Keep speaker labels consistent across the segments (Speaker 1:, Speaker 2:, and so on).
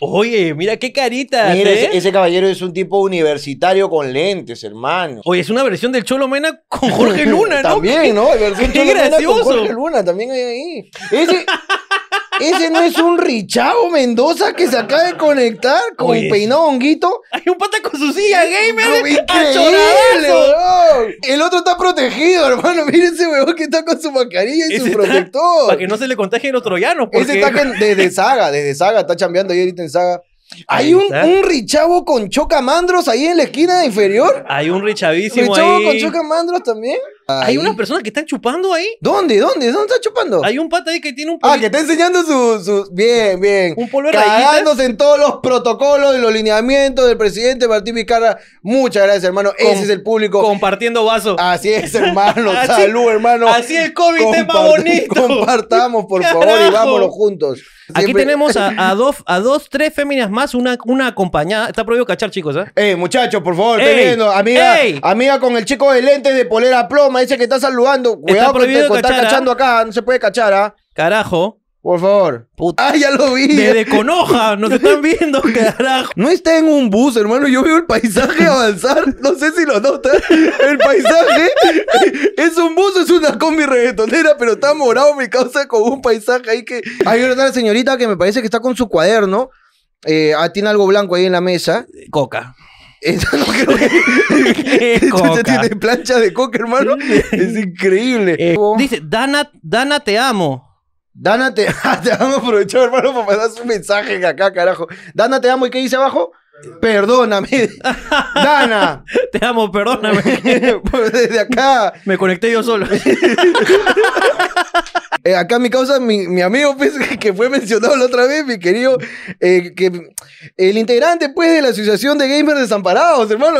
Speaker 1: Oye, mira qué carita.
Speaker 2: Mira,
Speaker 1: ¿eh?
Speaker 2: ese, ese caballero es un tipo universitario con lentes, hermano.
Speaker 1: Oye, es una versión del Cholo Mena con Jorge Luna, ¿no?
Speaker 2: También, ¿no? Versión
Speaker 1: Qué
Speaker 2: Cholo Mena con
Speaker 1: gracioso.
Speaker 2: Jorge Luna también hay ahí. Ese, ese no es un Richao Mendoza que se acaba de conectar con
Speaker 1: Oye.
Speaker 2: peinado honguito.
Speaker 1: Hay un pata con su silla gamer. ¿eh?
Speaker 2: No, Increíble,
Speaker 1: achoradazo.
Speaker 2: weón. El otro está protegido, hermano. Mira ese huevón que está con su mascarilla y
Speaker 1: Ese
Speaker 2: su
Speaker 1: está-
Speaker 2: protector.
Speaker 1: Para que no se le contagien los troyanos. Porque...
Speaker 2: Ese está que- desde Saga, desde Saga, está chambeando ahí ahorita en Saga. Hay
Speaker 1: Ahí
Speaker 2: un,
Speaker 1: está.
Speaker 2: un Richavo con chocamandros ahí en la esquina inferior.
Speaker 1: Hay un richavísimo
Speaker 2: Richavo con
Speaker 1: ahí.
Speaker 2: chocamandros también.
Speaker 1: Hay
Speaker 2: Ahí.
Speaker 1: unas personas que están chupando ahí.
Speaker 2: ¿Dónde? ¿Dónde? ¿Dónde está chupando?
Speaker 1: Hay un pata ahí que tiene un
Speaker 2: Ah,
Speaker 1: poli-
Speaker 2: que está enseñando su, su- Bien, bien.
Speaker 1: un polvo de rayitas.
Speaker 2: Cagándose en todos los protocolos y los lineamientos del presidente Martín Vizcarra. Muchas gracias, hermano. Ese es el público.
Speaker 1: Compartiendo vaso.
Speaker 2: Así es, hermano.
Speaker 1: Así-
Speaker 2: Ah, Salud, hermano.
Speaker 1: Así el COVID es más
Speaker 2: Comparte-
Speaker 1: bonito.
Speaker 2: Compartamos, por favor,
Speaker 1: Carajo.
Speaker 2: y vámonos juntos.
Speaker 1: Aquí
Speaker 2: Siempre-
Speaker 1: tenemos a, a dos, a dos, tres féminas más, una, una acompañada. Está prohibido cachar, chicos, ¿ah?
Speaker 2: Ey, muchachos, por favor,
Speaker 1: Ey,
Speaker 2: teniendo. Amiga,
Speaker 1: ey.
Speaker 2: amiga con el chico de lentes de polera ploma, dice que está saludando. Cuidado con,
Speaker 1: prohibido
Speaker 2: con estar
Speaker 1: cachar, ¿ah?
Speaker 2: cachando acá, no se puede cachar, ¿ah?
Speaker 1: Carajo.
Speaker 2: Por favor.
Speaker 1: Puta.
Speaker 2: Ah, ya lo vi.
Speaker 1: Desde Conoja, nos están viendo, carajo.
Speaker 2: No está en un bus, hermano. Yo veo el paisaje avanzar. No sé si lo notas. El paisaje es un bus, es una combi reggaetonera, pero está morado mi causa con un paisaje ahí que. Hay una señorita que me parece que está con su cuaderno. Eh, ah, tiene algo blanco ahí en la mesa.
Speaker 1: Coca.
Speaker 2: Esa no creo que.
Speaker 1: Qué
Speaker 2: Chucha,
Speaker 1: coca.
Speaker 2: Este tiene plancha de coca, hermano. Es increíble.
Speaker 1: Eh, dice, Dana, Dana, te amo.
Speaker 2: Dana, te, ah, te vamos a aprovechar, hermano, para mandar su mensaje acá, carajo. Dana, te amo. ¿Y qué dice abajo? Perdóname. Dana.
Speaker 1: Te amo, perdóname.
Speaker 2: Pues Desde acá,
Speaker 1: Me conecté yo solo.
Speaker 2: eh, acá mi causa, mi, mi amigo pues, que fue mencionado la otra vez, mi querido, eh, que el integrante pues de la Asociación de Gamers Desamparados, hermano.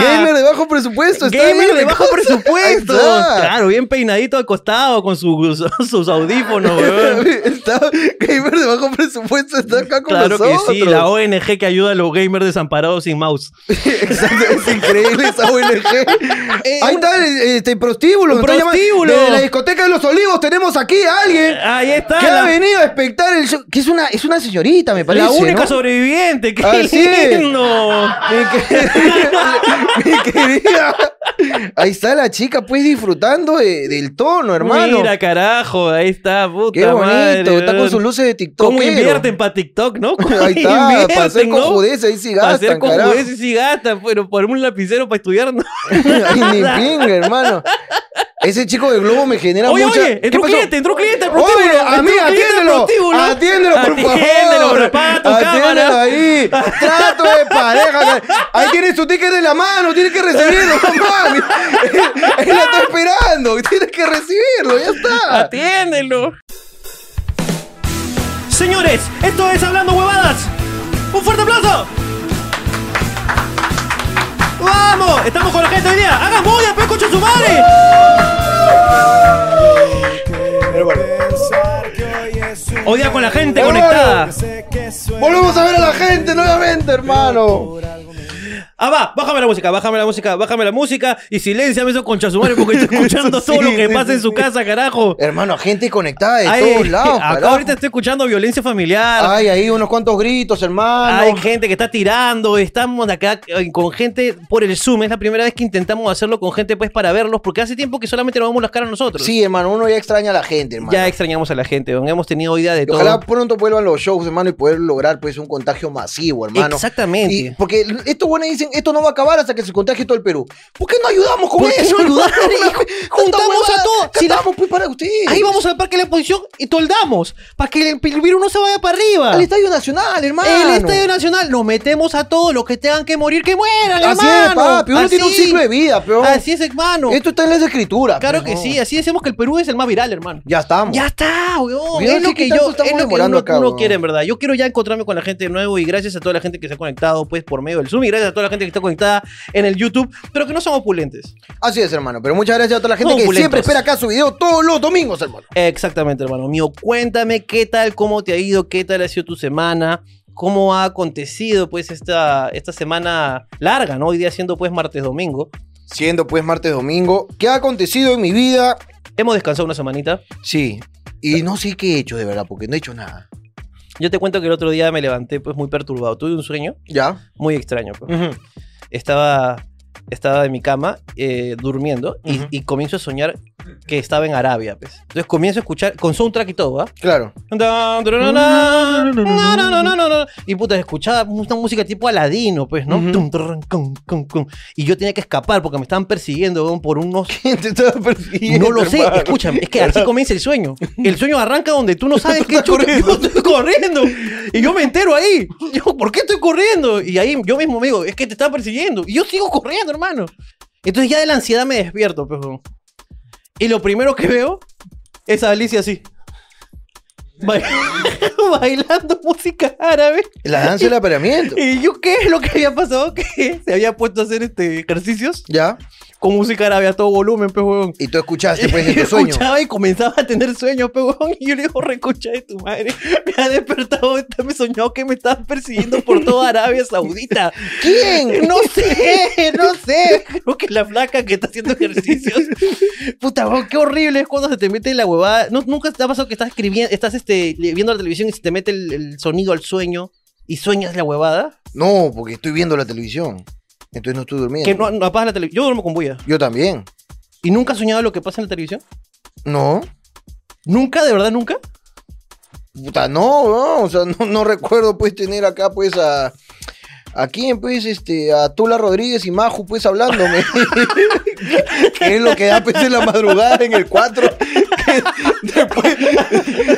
Speaker 2: Gamer de bajo presupuesto. está ahí,
Speaker 1: Ah. Gamer de
Speaker 2: mi
Speaker 1: bajo
Speaker 2: causa.
Speaker 1: presupuesto.
Speaker 2: Ahí está.
Speaker 1: Claro, bien peinadito al costado con sus, sus audífonos, weón.
Speaker 2: Está, gamer de bajo presupuesto está acá con
Speaker 1: Claro que
Speaker 2: nosotros.
Speaker 1: sí, la ONG que ayuda a los gamers desamparados sin mouse.
Speaker 2: Exacto, es increíble esa ONG.
Speaker 1: Eh,
Speaker 2: Ahí
Speaker 1: un-
Speaker 2: está el, este prostíbulo.
Speaker 1: Un
Speaker 2: me están llamando.
Speaker 1: prostíbulo.
Speaker 2: Desde la discoteca de los olivos tenemos aquí a alguien.
Speaker 1: Ahí está.
Speaker 2: que ha
Speaker 1: La,
Speaker 2: venido a espectar el show. Que es una, es una señorita, me parece.
Speaker 1: Ah. la única
Speaker 2: ¿no?
Speaker 1: sobreviviente. ¡Qué
Speaker 2: Así es.
Speaker 1: lindo!
Speaker 2: Mi querida, mi querida. Ahí está la chica, pues, disfrutando de- del tono, hermano.
Speaker 1: Mira, carajo, ahí está, puta
Speaker 2: Qué bonito.
Speaker 1: madre,
Speaker 2: está con
Speaker 1: weón.
Speaker 2: sus luces de TikTok.
Speaker 1: ¿Cómo invierten para TikTok, no? ¿Cómo
Speaker 2: Ahí está, para hacer
Speaker 1: invierten,
Speaker 2: con
Speaker 1: no?
Speaker 2: judeces, ahí sí
Speaker 1: Para
Speaker 2: gastan,
Speaker 1: hacer con
Speaker 2: carajo.
Speaker 1: judeces sí gastan, pero por un lapicero para estudiar no.
Speaker 2: Ay, ni pinga, hermano. Ese chico de globo me genera
Speaker 1: Oye,
Speaker 2: mucha...
Speaker 1: oye,
Speaker 2: ¿Qué
Speaker 1: entró un
Speaker 2: pasó?
Speaker 1: cliente, entró un cliente al prostíbulo.
Speaker 2: Oye,
Speaker 1: entró un
Speaker 2: amiga,
Speaker 1: cliente al
Speaker 2: atiéndelo.
Speaker 1: prostíbulo.
Speaker 2: Atiéndelo, por favor.
Speaker 1: Atiéndelo, prepara tu cámara.
Speaker 2: ahí. Trato de pareja. Ahí tienes tu ticket de la mano. Tienes que recibirlo, mamá. Él la está esperando. Tienes que recibirlo. Ya está.
Speaker 1: Atiéndelo. Señores, esto es Hablando Huevadas. ¡Un fuerte aplauso! ¡Vamos! Estamos con la gente hoy día. ¡Hagan bulla, pues, coche su madre! Hoy día con la gente
Speaker 2: Hermano.
Speaker 1: conectada.
Speaker 2: Volvemos a ver a la gente nuevamente, hermano.
Speaker 1: Ah, va, bájame la música, bájame la música, bájame la música y silenciame eso concha su madre porque estoy escuchando
Speaker 2: Eso
Speaker 1: todo lo
Speaker 2: sí,
Speaker 1: que
Speaker 2: sí,
Speaker 1: pasa
Speaker 2: sí,
Speaker 1: en su
Speaker 2: sí.
Speaker 1: casa, carajo.
Speaker 2: Hermano, gente conectada de
Speaker 1: Ay, eh,
Speaker 2: todos lados.
Speaker 1: acá
Speaker 2: carajo. Ah,
Speaker 1: ahorita estoy escuchando violencia familiar.
Speaker 2: Ay, ahí unos cuantos gritos, hermano.
Speaker 1: Hay gente que está tirando, estamos acá eh, con gente por el Zoom. Es la primera vez que intentamos hacerlo con gente pues para verlos, porque hace tiempo que solamente nos vemos las caras nosotros.
Speaker 2: Sí, hermano, uno ya extraña a la gente, hermano.
Speaker 1: Ya extrañamos a la gente, don. hemos tenido idea de
Speaker 2: Y
Speaker 1: todo.
Speaker 2: Ojalá pronto vuelvan los shows, hermano, y poder lograr pues un contagio masivo, hermano.
Speaker 1: Exactamente.
Speaker 2: Y- porque estos buenos dicen, esto no va a acabar hasta que se contagie todo el Perú. ¿Por qué no ayudamos con
Speaker 1: ¿Por qué
Speaker 2: eso?
Speaker 1: no ayudar?
Speaker 2: hermano?
Speaker 1: Y ju- juntamos
Speaker 2: Esta huevada,
Speaker 1: a todos. Si la-
Speaker 2: catamos, pues para ustedes.
Speaker 1: Ahí vamos al parque de la exposición y toldamos para que el, el virus no se vaya para arriba.
Speaker 2: al Estadio Nacional, hermano.
Speaker 1: El Estadio Nacional, nos metemos a todos los que tengan que morir, que mueran,
Speaker 2: Así
Speaker 1: hermano.
Speaker 2: es, papi. Uno tiene un
Speaker 1: Así.
Speaker 2: ciclo de vida, peón.
Speaker 1: Así es, hermano.
Speaker 2: Esto está en las escrituras.
Speaker 1: Claro
Speaker 2: pues,
Speaker 1: que
Speaker 2: no.
Speaker 1: sí, así decimos que el Perú es el más viral, hermano.
Speaker 2: Ya estamos.
Speaker 1: Ya está, weón.
Speaker 2: Mira,
Speaker 1: Es lo
Speaker 2: sí,
Speaker 1: que
Speaker 2: ¿qué tanto
Speaker 1: yo,
Speaker 2: estamos
Speaker 1: es lo que
Speaker 2: demorando
Speaker 1: uno,
Speaker 2: acá,
Speaker 1: uno
Speaker 2: weón?
Speaker 1: quiere, en verdad. Yo quiero ya encontrarme con la gente de nuevo y gracias a toda la gente que se ha conectado, pues, por medio del Zoom y gracias a toda la gente que está conectada en el YouTube, pero que no son opulentes.
Speaker 2: Así es, hermano. Pero muchas gracias a toda la gente
Speaker 1: Son
Speaker 2: que siempre
Speaker 1: opulentos.
Speaker 2: espera acá su video todos los domingos, hermano.
Speaker 1: Exactamente, hermano mío. Cuéntame qué tal, cómo te ha ido, qué tal ha sido tu semana, cómo ha acontecido, pues, esta, esta semana larga, ¿no? Hoy día siendo, pues, martes, domingo.
Speaker 2: Siendo pues martes domingo, ¿qué ha acontecido en mi vida?
Speaker 1: Hemos descansado una semanita.
Speaker 2: Sí. Y no sé qué he hecho de verdad, porque no he hecho nada.
Speaker 1: Yo te cuento que el otro día me levanté pues muy perturbado. Tuve un sueño
Speaker 2: Ya.
Speaker 1: muy extraño.
Speaker 2: Mm.
Speaker 1: pues. Estaba, estaba en mi cama eh, durmiendo y,
Speaker 2: Ujú.
Speaker 1: y comienzo a soñar que estaba en Arabia. Pues. Entonces comienzo a escuchar con soundtrack y todo, ¿ah?
Speaker 2: Claro.
Speaker 1: Y puta, escuchaba una música tipo Aladino, pues, ¿no?
Speaker 2: Ujú.
Speaker 1: Tum, trrrrán, cum, cum, cum. Y yo tenía que escapar porque me estaban persiguiendo weón, por unos
Speaker 2: ¿Quién te estaba persiguiendo?
Speaker 1: no lo sé,
Speaker 2: hermano?
Speaker 1: escúchame, es que así comienza el sueño. El sueño arranca donde tú no sabes qué
Speaker 2: estás
Speaker 1: chucha,
Speaker 2: corriendo.
Speaker 1: yo estoy corriendo. Y yo me entero ahí. Yo, ¿por qué estoy corriendo? Y ahí yo mismo me digo, es que te está persiguiendo. Y yo sigo corriendo, hermano. Entonces ya de la ansiedad me despierto, pero. Y lo primero que veo es a Alicia así. Bail- Bailando música árabe.
Speaker 2: La danza del apareamiento.
Speaker 1: ¿Y yo qué es lo que había pasado? Que se había puesto a hacer este ejercicios
Speaker 2: Ya.
Speaker 1: con música árabe a todo volumen, pues, huevón.
Speaker 2: Y tú escuchaste, pues,
Speaker 1: Y
Speaker 2: en
Speaker 1: yo
Speaker 2: tu sueño.
Speaker 1: escuchaba y comenzaba a tener sueños, pe, huevón, Y yo le digo, reconcha de tu madre. Me ha despertado, esta- me soñó que me estaban persiguiendo por toda Arabia Saudita.
Speaker 2: ¿Quién?
Speaker 1: No sé, no sé. Creo que la flaca que está haciendo ejercicios. Puta, huevón, qué horrible es cuando se te mete la huevada. ¿No, ¿Nunca te ha pasado que estás escribiendo, estás este, viendo la televisión y se te mete el, el sonido al sueño y sueñas la huevada?
Speaker 2: No, porque estoy viendo la televisión. Entonces no estoy durmiendo.
Speaker 1: Que no, no apagas la televisión. Yo duermo con bulla.
Speaker 2: Yo también.
Speaker 1: ¿Y nunca has soñado lo que pasa en la televisión?
Speaker 2: No.
Speaker 1: ¿Nunca? ¿De verdad nunca?
Speaker 2: Puta, no, no, o sea, no, no recuerdo pues tener acá pues a... ¿A quién pues? Este, a Tula Rodríguez y Maju pues hablándome. que es lo que da pues en la madrugada en el 4. después,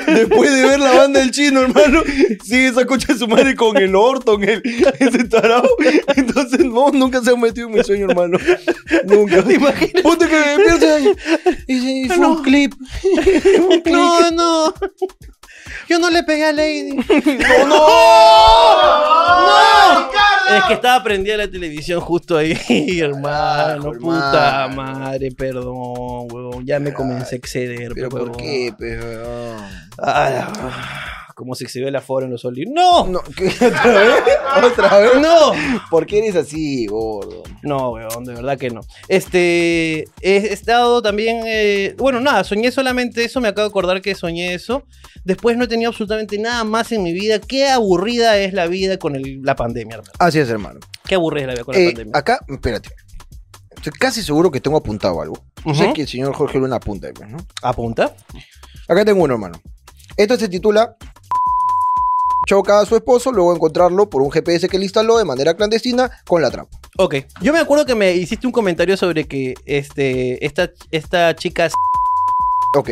Speaker 2: después de ver la banda del chino, hermano, sigue esa cocha de su madre con el Orton, el, ese tarado. Entonces, no, nunca se ha metido en mi sueño, hermano. Nunca.
Speaker 1: ¿Te imaginas?
Speaker 2: Ponte que me despierto y, y- y fue
Speaker 1: No.
Speaker 2: un clip. un clip.
Speaker 1: No, no. Yo no le pegué a Lady.
Speaker 2: ¡No! ¡No!
Speaker 1: Es que estaba prendida la televisión justo ahí, hermano.
Speaker 2: Carajo,
Speaker 1: puta
Speaker 2: hermano.
Speaker 1: madre, perdón, huevón. Ya me comencé a exceder,
Speaker 2: ¿Pero por
Speaker 1: huevón.
Speaker 2: qué, pues, weón?
Speaker 1: Ay, ah, como se excedió el aforo en los Oli. ¡No! No,
Speaker 2: No, ¿qué? ¿Otra vez? ¿Otra vez?
Speaker 1: no,
Speaker 2: ¿Por qué eres así, gordo?
Speaker 1: huevón, de verdad que no. Este, he estado también. eh, bueno, nada, soñé solamente eso. Me acabo de acordar que soñé eso. Después no he tenido absolutamente nada más en mi vida. Qué aburrida es la vida con el- la pandemia, hermano.
Speaker 2: Así es, hermano.
Speaker 1: Qué aburrida es la vida con la
Speaker 2: Eh,
Speaker 1: pandemia.
Speaker 2: acá, espérate. Estoy casi seguro que tengo apuntado algo. Yo Sé
Speaker 1: Ujú.
Speaker 2: que el señor Jorge Luna apunta, pues, ¿no?
Speaker 1: Apunta.
Speaker 2: Acá tengo uno, hermano. Esto se titula Choca a su esposo, luego encontrarlo por un GPS que le instaló de manera clandestina con la trampa.
Speaker 1: Ok. Yo me acuerdo que me hiciste un comentario sobre que este, esta, esta chica.
Speaker 2: Ok.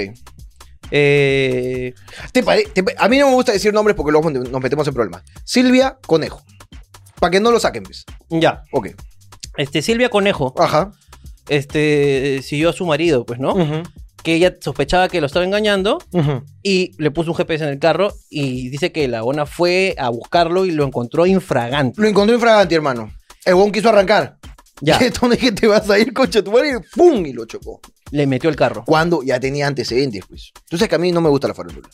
Speaker 1: eh,
Speaker 2: Te pare- te pa- a mí no me gusta decir nombres porque luego nos metemos en problemas. Silvia Conejo. Para que no lo saquen, pues.
Speaker 1: ya.
Speaker 2: Ok.
Speaker 1: Este, Silvia Conejo
Speaker 2: Ajá.
Speaker 1: este, siguió a su marido, pues,
Speaker 2: Mm.
Speaker 1: ¿no? Que ella sospechaba que lo estaba engañando y le puso un GPS en el carro y dice que la ona fue a buscarlo y lo encontró infragante.
Speaker 2: Lo encontró infragante, hermano. El huevón quiso arrancar.
Speaker 1: Ya,
Speaker 2: Y entonces que te vas a ir, coche tu madre, y ¡pum! Y lo chocó.
Speaker 1: le metió el carro.
Speaker 2: Cuando ya tenía antecedentes, pues. Tú sabes que a mí no me gusta la farándula.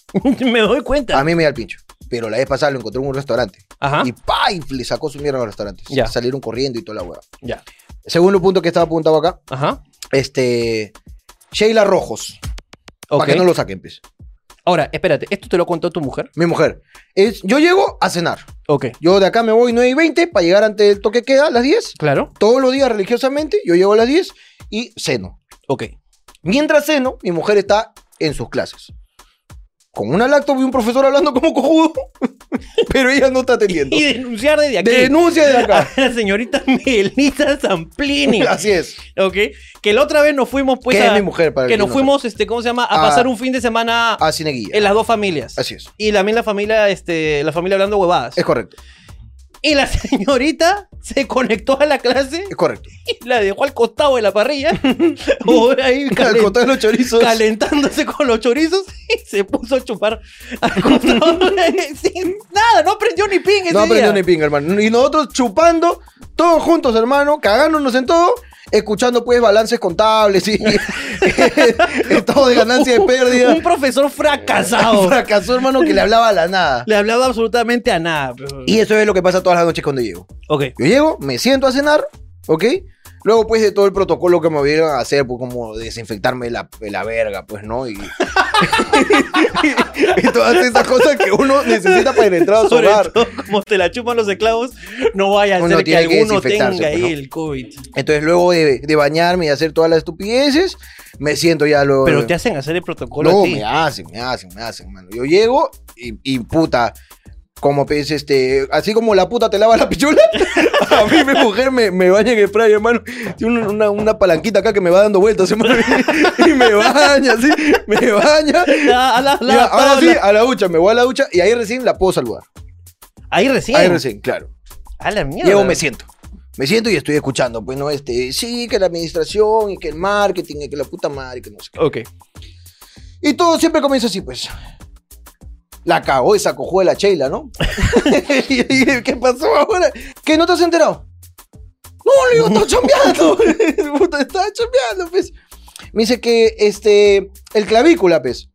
Speaker 1: me doy
Speaker 2: A
Speaker 1: cuenta.
Speaker 2: mí me da el pincho. Pero la vez pasada lo encontró en un restaurante.
Speaker 1: Ajá.
Speaker 2: Ah, Y ¡pa! y le sacó su mierda al restaurante.
Speaker 1: Ah. Ya.
Speaker 2: Salieron corriendo y toda la hueá.
Speaker 1: Ya.
Speaker 2: Según los puntos que estaba apuntado acá,
Speaker 1: Ajá.
Speaker 2: este. Sheila Rojos.
Speaker 1: Ok.
Speaker 2: Para que no lo saquen, pues.
Speaker 1: Ahora, espérate, ¿esto te lo contó tu mujer?
Speaker 2: Mi mujer. Es, yo llego a cenar.
Speaker 1: Ok.
Speaker 2: Yo de acá me voy 9 y 20 para llegar antes del toque queda a las 10.
Speaker 1: Claro.
Speaker 2: Todos los días religiosamente, yo llego a las 10 y ceno.
Speaker 1: Ok.
Speaker 2: Mientras ceno, mi mujer está en sus clases. Con una laptop y un profesor hablando como cojudo, pero ella no está atendiendo.
Speaker 1: Y denunciar desde aquí.
Speaker 2: Denuncia de
Speaker 1: a
Speaker 2: acá.
Speaker 1: la señorita Melissa Zamplini,
Speaker 2: Así es.
Speaker 1: ¿ok? Que la otra vez nos fuimos, pues,
Speaker 2: que
Speaker 1: a-
Speaker 2: es mi mujer para
Speaker 1: que
Speaker 2: el
Speaker 1: nos
Speaker 2: no
Speaker 1: fuimos, este, ¿cómo se llama? A
Speaker 2: Ah.
Speaker 1: pasar un fin de semana
Speaker 2: sepa. A Cineguilla.
Speaker 1: en las dos familias.
Speaker 2: Así es.
Speaker 1: Y también la familia, este, la familia hablando huevadas.
Speaker 2: Es correcto.
Speaker 1: Y la señorita se conectó a la clase
Speaker 2: Es correcto.
Speaker 1: y la dejó al costado de la parrilla, o ahí
Speaker 2: Al
Speaker 1: calen-
Speaker 2: contar los chorizos.
Speaker 1: calentándose con los chorizos y se puso a chupar al costado de- sin nada, no aprendió ni ping ese
Speaker 2: No aprendió
Speaker 1: día.
Speaker 2: ni pinga, hermano. Y nosotros chupando, todos juntos, hermano, cagándonos en todo, escuchando pues balances contables y estado de ganancia y de pérdida.
Speaker 1: Un profesor fracasado.
Speaker 2: Fracasó, hermano, que le hablaba a la nada.
Speaker 1: Le hablaba absolutamente a nada. pero-
Speaker 2: Y eso es lo que pasa todas las noches cuando llego.
Speaker 1: Ok.
Speaker 2: Yo llego, me siento a cenar, ¿ok? Luego, pues, de todo el protocolo que me vieron a hacer, pues, como desinfectarme la, la verga, pues, ¿no? Y y todas esas cosas que uno necesita para entrar a su
Speaker 1: Sobre
Speaker 2: hogar.
Speaker 1: todo, como te la chupan los esclavos, no vaya a
Speaker 2: Uno
Speaker 1: ser que
Speaker 2: tiene que
Speaker 1: alguno
Speaker 2: desinfectarse,
Speaker 1: tenga ahí
Speaker 2: pues, ¿no?
Speaker 1: el COVID.
Speaker 2: Entonces, luego de, de bañarme y hacer todas las estupideces, me siento ya luego.
Speaker 1: Pero te hacen hacer el protocolo
Speaker 2: No,
Speaker 1: a ti.
Speaker 2: me hacen, me hacen, me hacen, mano. Yo llego y, y puta. Como pues, este, así como la puta te lava la pichula, a mí mi mujer me, me baña en spray, hermano. Tiene una, una, una palanquita acá que me va dando vueltas, hermano. Y me baña, así, me baña.
Speaker 1: La- la- la-
Speaker 2: Ya, ahora sí,
Speaker 1: la-
Speaker 2: a la ducha, me voy a la ducha y ahí recién la puedo saludar.
Speaker 1: Ahí recién.
Speaker 2: Ahí recién, claro.
Speaker 1: A la mierda.
Speaker 2: Llego, me siento. Me siento y estoy escuchando, pues no, este, sí, que la administración y que el marketing y que la puta madre y que no sé qué.
Speaker 1: Ok.
Speaker 2: Y todo siempre comienza así, pues. La cagó esa cojuela Sheila, ¿no? Y- y- ¿Qué pasó ahora? ¿Que no te has enterado? No, le digo, está chambeando. Puta, está chambeando, pues. Me dice que, este, el clavícula, pues.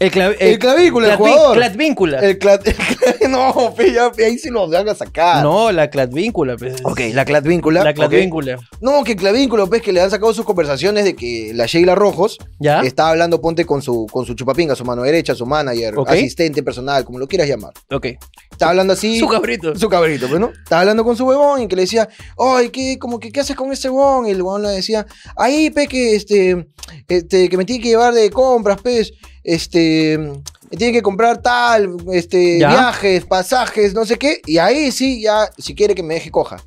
Speaker 1: El, clav-
Speaker 2: El clavícula, el
Speaker 1: clatvi-
Speaker 2: jugador.
Speaker 1: Clatvíncula.
Speaker 2: El cla- el cla- no, pe, ya, pe, ahí sí lo van a sacar.
Speaker 1: No, la clatvíncula. pues.
Speaker 2: Ok, la clatvíncula.
Speaker 1: La
Speaker 2: ok.
Speaker 1: clatvíncula.
Speaker 2: No, que clavíncula, pues, que le han sacado sus conversaciones de que la Sheila Rojos
Speaker 1: ¿Ya?
Speaker 2: está hablando, ponte, con su, con su chupapinga, su mano derecha, su manager,
Speaker 1: Ok.
Speaker 2: asistente personal, como lo quieras llamar.
Speaker 1: Ok.
Speaker 2: Estaba hablando así.
Speaker 1: Su cabrito.
Speaker 2: Su cabrito, pues, ¿no? Estaba hablando con su huevón y que le decía, ay, ¿qué, como que, ¿qué haces con ese huevón? Y el huevón le decía, ahí, pe, que, este, este, que me tiene que llevar de compras, pez, este, me tiene que comprar tal, este,
Speaker 1: Ya.
Speaker 2: viajes, pasajes, no sé qué. Y ahí sí, ya, si quiere que me deje coja.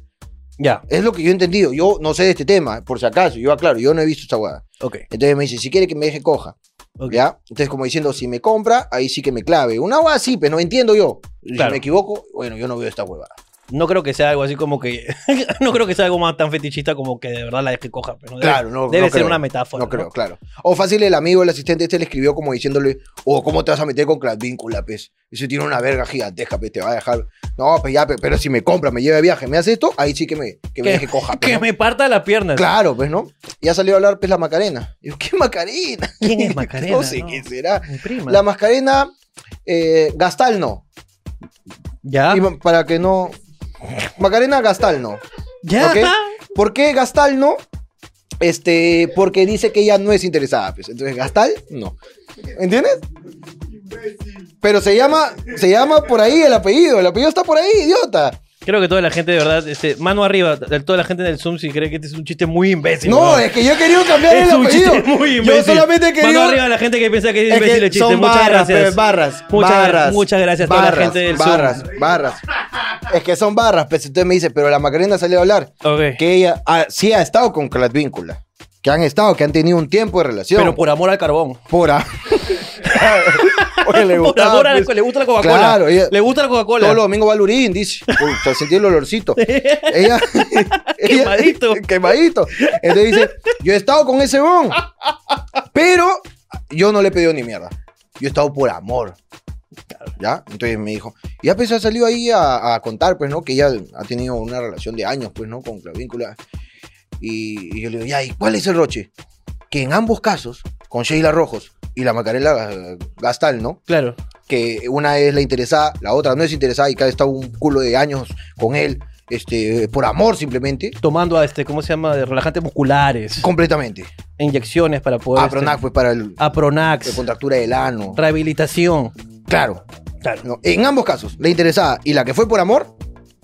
Speaker 1: Ya.
Speaker 2: Es lo que yo he entendido. Yo no sé de este tema, por si acaso, yo aclaro, yo no he visto esta hueá.
Speaker 1: Ok.
Speaker 2: Entonces me dice, si quiere que me deje coja.
Speaker 1: Ok.
Speaker 2: ¿Ya? Entonces, como diciendo, si me compra, ahí sí que me clave. Una hueá sí, pues no entiendo yo. Si
Speaker 1: Claro.
Speaker 2: me equivoco, bueno, yo no veo esta hueva.
Speaker 1: No creo que sea algo así como que. no creo que sea algo más tan fetichista como que de verdad la deje coja. pero no debe-
Speaker 2: Claro, no-
Speaker 1: Debe
Speaker 2: no
Speaker 1: ser
Speaker 2: creo.
Speaker 1: una metáfora.
Speaker 2: No creo, claro. O fácil, el amigo, el asistente este le escribió como diciéndole, oh, ¿cómo te vas a meter con Clatvíncula, pez? Ese tiene una verga gigantesca, pez, te va a dejar. No, pues ya, pe- pero si me compra, me lleva de viaje, me hace esto, ahí sí que me, que me
Speaker 1: Que-
Speaker 2: deje coja. pe,
Speaker 1: Que
Speaker 2: ¿no?
Speaker 1: me parta las piernas.
Speaker 2: Claro, pues, ¿no? Ya salió a hablar, pues, la Macarena. Y yo, ¿qué Macarena?
Speaker 1: ¿Quién es Macarena?
Speaker 2: no sé
Speaker 1: no?
Speaker 2: qué será.
Speaker 1: Mi prima.
Speaker 2: Oh, La Macarena, eh, Gastalno.
Speaker 1: Ya.
Speaker 2: Y ma- para que no... Macarena Gastalno.
Speaker 1: Ya.
Speaker 2: ¿ok? ¿Por qué Gastal no? Este, porque dice que ella no es interesada, pues. Entonces, Gastal, no. ¿Entiendes? Pero se llama, se llama por ahí el apellido. El apellido está por ahí, idiota.
Speaker 1: Creo que toda la gente, de verdad, este, mano arriba, de- toda la gente en el Zoom, si cree que este es un chiste muy imbécil.
Speaker 2: no,
Speaker 1: weón.
Speaker 2: es que yo quería cambiar
Speaker 1: Es
Speaker 2: el
Speaker 1: un
Speaker 2: apellido.
Speaker 1: chiste muy imbécil.
Speaker 2: yo solamente quería.
Speaker 1: Mano arriba a la gente que piensa que es
Speaker 2: Es que
Speaker 1: imbécil el chiste.
Speaker 2: son
Speaker 1: Muchas
Speaker 2: barras,
Speaker 1: gracias.
Speaker 2: pe, barras,
Speaker 1: Muchas,
Speaker 2: barras,
Speaker 1: muchas gracias a toda la
Speaker 2: barras,
Speaker 1: gente del
Speaker 2: barras, barras. Es que son barras, pues usted me dice, pero la Macarena salió a hablar
Speaker 1: Zoom. Ok.
Speaker 2: que ella ah, sí ha estado con Clatvíncula, que han estado, que han tenido un tiempo de relación.
Speaker 1: Pero por amor al carbón.
Speaker 2: Pora. Oye, le
Speaker 1: Por
Speaker 2: gustaba,
Speaker 1: amor a la,
Speaker 2: pues.
Speaker 1: le gusta la Coca-Cola.
Speaker 2: Claro, ella-
Speaker 1: Le gusta la Coca-Cola.
Speaker 2: Todos los domingos va al Lurín, dice. Puta, sentí el olorcito. Ella, ella-
Speaker 1: Quemadito.
Speaker 2: quemadito. Entonces dice, yo he estado con ese bon. Pero yo no le he pedido ni mierda. Yo he estado por amor. ¿Ya? Entonces me dijo, y ya pues ha salido ahí a, a contar, pues, ¿no? Que ella ha tenido una relación de años, pues, ¿no? Con Clavíncula. Y, y yo le digo, ya, ¿y cuál es el roche? Que en ambos casos, con Sheila Rojos y la Macarela Ga- Gastal, ¿no?
Speaker 1: Claro.
Speaker 2: que una es la interesada, la otra no es interesada y cada está un culo de años con él, este, por amor simplemente,
Speaker 1: Tomando a este, ¿cómo se llama? De relajantes musculares.
Speaker 2: completamente.
Speaker 1: Inyecciones para poder. este-
Speaker 2: Apronac pues para el,
Speaker 1: Apronax.
Speaker 2: la contractura del ano.
Speaker 1: Rehabilitación.
Speaker 2: Claro.
Speaker 1: Claro.
Speaker 2: ¿no? En ambos casos, la interesada y la que fue por amor,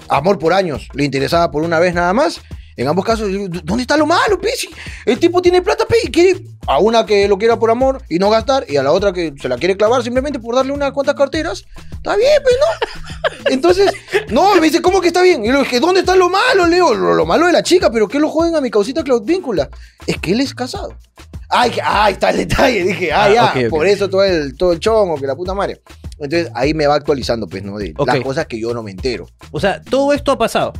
Speaker 2: amor por años, la interesada por una vez nada más. En ambos casos, yo digo, "¿Dó- ¿dónde está lo malo, pe? Si El tipo tiene plata, pe, y quiere a una que lo quiera por amor y no gastar, y a la otra que se la quiere clavar simplemente por darle unas cuantas carteras. Está bien, pe, ¿no? Entonces, no, me dice, ¿cómo que está bien? Y le dije, ¿dónde está lo malo, Leo? Lo, lo malo de la chica, pero ¿qué lo joden a mi causita Claudvíncula? Es que él es casado. Ay, que- ah, ahí está el detalle. Dije, ah,
Speaker 1: Ah,
Speaker 2: ya,
Speaker 1: ok, ok.
Speaker 2: por eso todo el, todo el chongo, que la puta madre. Entonces ahí me va actualizando, pues, ¿no? De
Speaker 1: Ok.
Speaker 2: las cosas que yo no me entero.
Speaker 1: O sea, todo esto ha pasado.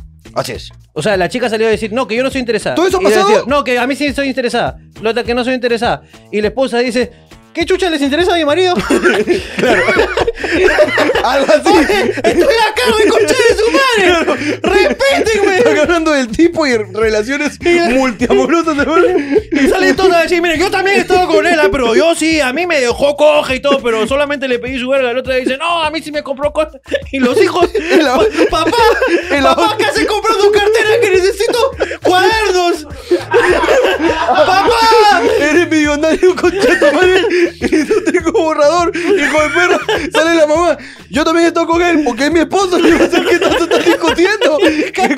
Speaker 2: Así es.
Speaker 1: O sea, la chica salió a decir, no, que yo no soy interesada.
Speaker 2: ¿Todo eso ha
Speaker 1: Y le
Speaker 2: pasado?
Speaker 1: decía, no, que a mí sí soy interesada. La otra que no soy interesada. Y la esposa dice, ¿qué chucha les interesa a mi marido?
Speaker 2: Algo así.
Speaker 1: ¡Estoy acá, reconcha de su madre! ¡Respétenme!
Speaker 2: Están hablando del tipo y relaciones multiamorosas.
Speaker 1: Y sale toda a decir, mire, yo también estaba con él, ah, pero yo sí, a mí me dejó coja y todo, pero solamente le pedí su verga. La otra dice, no, a mí sí me compró coja. Y los hijos,
Speaker 2: la-
Speaker 1: "Pa- papá,
Speaker 2: en la-
Speaker 1: papá, que se compró dos carteras que necesito cuadernos. ¡Papá!
Speaker 2: Eres millonario, concha de tu madre. Y no tengo Yo también estoy con él, porque es mi esposo. Yo no sé qué tanto estás discutiendo.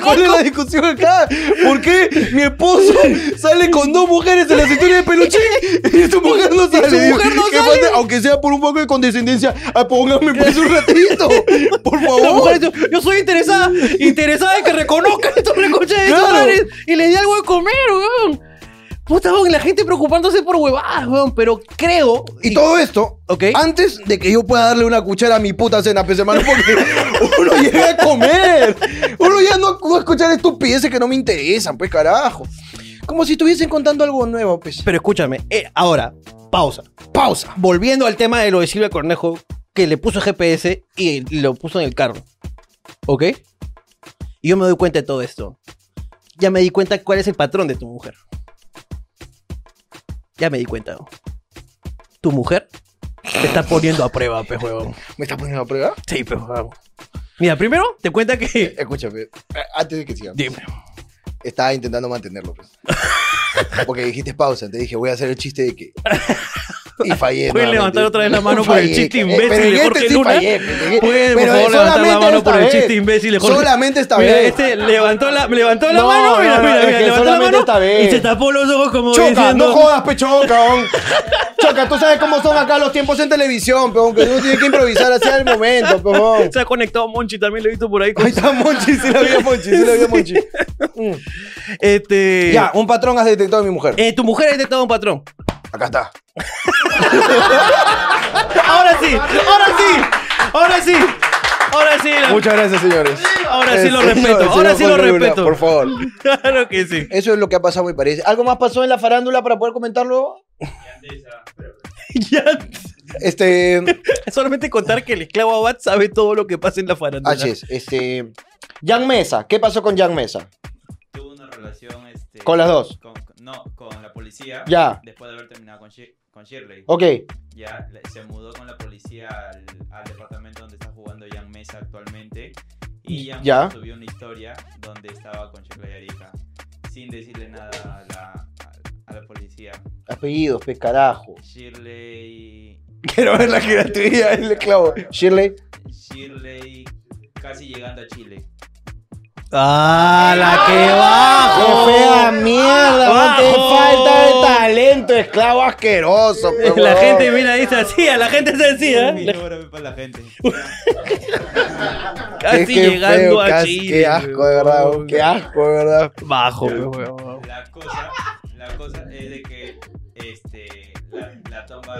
Speaker 2: ¿Cuál es la discusión acá? ¿Por qué mi esposo sale con dos mujeres en las historias de Peluchín y su mujer no sale? Digo,
Speaker 1: mujer no
Speaker 2: que
Speaker 1: sale.
Speaker 2: falta- aunque sea por un poco de condescendencia, ah, póngame pues un ratito. Por
Speaker 1: La mujer
Speaker 2: favor.
Speaker 1: dice, yo soy interesada, interesada en que reconozcan estos recoches de
Speaker 2: Claro.
Speaker 1: sus madres y les dé algo de comer, weón. Puta, weón, la gente preocupándose por huevadas, weón, pero creo...
Speaker 2: Y todo esto,
Speaker 1: Ok.
Speaker 2: antes de que yo pueda darle una cuchara a mi puta cena, pues hermano, porque uno llega a comer. Uno ya no va a escuchar estupideces que no me interesan, pues carajo. Como si estuviesen contando algo nuevo, pues.
Speaker 1: Pero escúchame, eh, ahora, pausa.
Speaker 2: Pausa.
Speaker 1: Volviendo al tema de lo de Silvia Cornejo, que le puso GPS y lo puso en el carro. ¿Ok? Y yo me doy cuenta de todo esto. Ya me di cuenta cuál es el patrón de tu mujer. Ya me di cuenta. ¿no? Tu mujer te está poniendo a prueba, pe huevón.
Speaker 2: ¿Me estás poniendo a prueba?
Speaker 1: Sí, pero vamos. Mira, primero te cuenta que.
Speaker 2: Escúchame, eh, antes de que siga,
Speaker 1: Dime.
Speaker 2: estaba intentando mantenerlo, pues. Porque dijiste pausa, te dije, voy a hacer el chiste de que. Y fallé.
Speaker 1: ¿Pueden
Speaker 2: nuevamente.
Speaker 1: levantar otra vez la mano por el chiste
Speaker 2: eh,
Speaker 1: imbécil
Speaker 2: pero en
Speaker 1: de
Speaker 2: este
Speaker 1: Jorge
Speaker 2: sí
Speaker 1: Luna?
Speaker 2: fallé, pues, en-
Speaker 1: ¿Pueden, por
Speaker 2: pero
Speaker 1: favor, levantar la
Speaker 2: solamente
Speaker 1: mano por el
Speaker 2: esta
Speaker 1: chiste
Speaker 2: vez.
Speaker 1: imbécil de Jorge?
Speaker 2: Solamente esta
Speaker 1: Mira,
Speaker 2: vez.
Speaker 1: este levantó la, levantó la
Speaker 2: No,
Speaker 1: mano. Mira,
Speaker 2: no, no,
Speaker 1: mira,
Speaker 2: es
Speaker 1: mira,
Speaker 2: que
Speaker 1: levantó la
Speaker 2: solamente
Speaker 1: mano.
Speaker 2: esta vez.
Speaker 1: Y se tapó los ojos como
Speaker 2: Choca,
Speaker 1: diciendo.
Speaker 2: no jodas, pe choca, Choca, tú sabes cómo son acá los tiempos en televisión, peón, que uno tiene que improvisar hacia el momento, peón.
Speaker 1: se ha conectado Monchi, también lo he visto por ahí. con-
Speaker 2: Ahí está Monchi, sí la vi a Monchi, sí la vi a Monchi.
Speaker 1: Este.
Speaker 2: Ya, un patrón has detectado en mi mujer.
Speaker 1: Eh, tu mujer ha detectado un patrón.
Speaker 2: Acá está.
Speaker 1: Ahora sí, ahora sí, ahora sí. Ahora sí, la-
Speaker 2: Muchas gracias, señores.
Speaker 1: ahora sí lo
Speaker 2: El señor-
Speaker 1: respeto.
Speaker 2: el
Speaker 1: Ahora
Speaker 2: señor
Speaker 1: sí lo
Speaker 2: Jorge Luna,
Speaker 1: respeto.
Speaker 2: Por favor.
Speaker 1: Claro que sí.
Speaker 2: Eso es lo que ha pasado, me parece. ¿Algo más pasó en la farándula para poder comentarlo?
Speaker 1: Ya.
Speaker 2: Este.
Speaker 1: Solamente contar que el esclavo Abad sabe todo lo que pasa en la farándula.
Speaker 2: H es, este. Jan Mesa. ¿Qué pasó con Jan Mesa?
Speaker 3: Tuve una relación este,
Speaker 2: Con las dos.
Speaker 3: con- con- no, con la policía.
Speaker 2: Ya. Oh.
Speaker 3: Después de haber terminado con, Shir- con Shirley.
Speaker 2: Ok.
Speaker 3: Ya le- se mudó con la policía al, al departamento donde está jugando Jan Mesa actualmente. Y Jan
Speaker 2: Ya.
Speaker 3: Mesa subió una historia donde estaba con Shirley Arica. Sin decirle nada a la, a- a la policía.
Speaker 2: Apellidos, pe carajo.
Speaker 3: Shirley.
Speaker 2: Quiero ver la jerarquía el clavo. Shirley.
Speaker 3: Shirley casi llegando a Chile.
Speaker 1: ¡Ah, la que
Speaker 2: ¡Qué
Speaker 1: bajo!
Speaker 2: fea mierda! ¡No te
Speaker 1: ¡Bajo!
Speaker 2: falta de talento, esclavo asqueroso! pe,
Speaker 1: La
Speaker 2: huevón.
Speaker 1: gente, mira, dice así, a la gente se así,
Speaker 2: ¿eh?
Speaker 1: ¿eh?
Speaker 3: Y ahora ve para la gente.
Speaker 1: Casi
Speaker 2: Qué- qué
Speaker 1: llegando
Speaker 2: feo,
Speaker 1: a
Speaker 2: casi-
Speaker 1: Chile.
Speaker 2: ¡Qué asco, de verdad!
Speaker 1: weón.
Speaker 2: ¡Qué asco, de verdad!
Speaker 1: Bajo, weón.
Speaker 3: La cosa, la cosa es de que este, la, la toma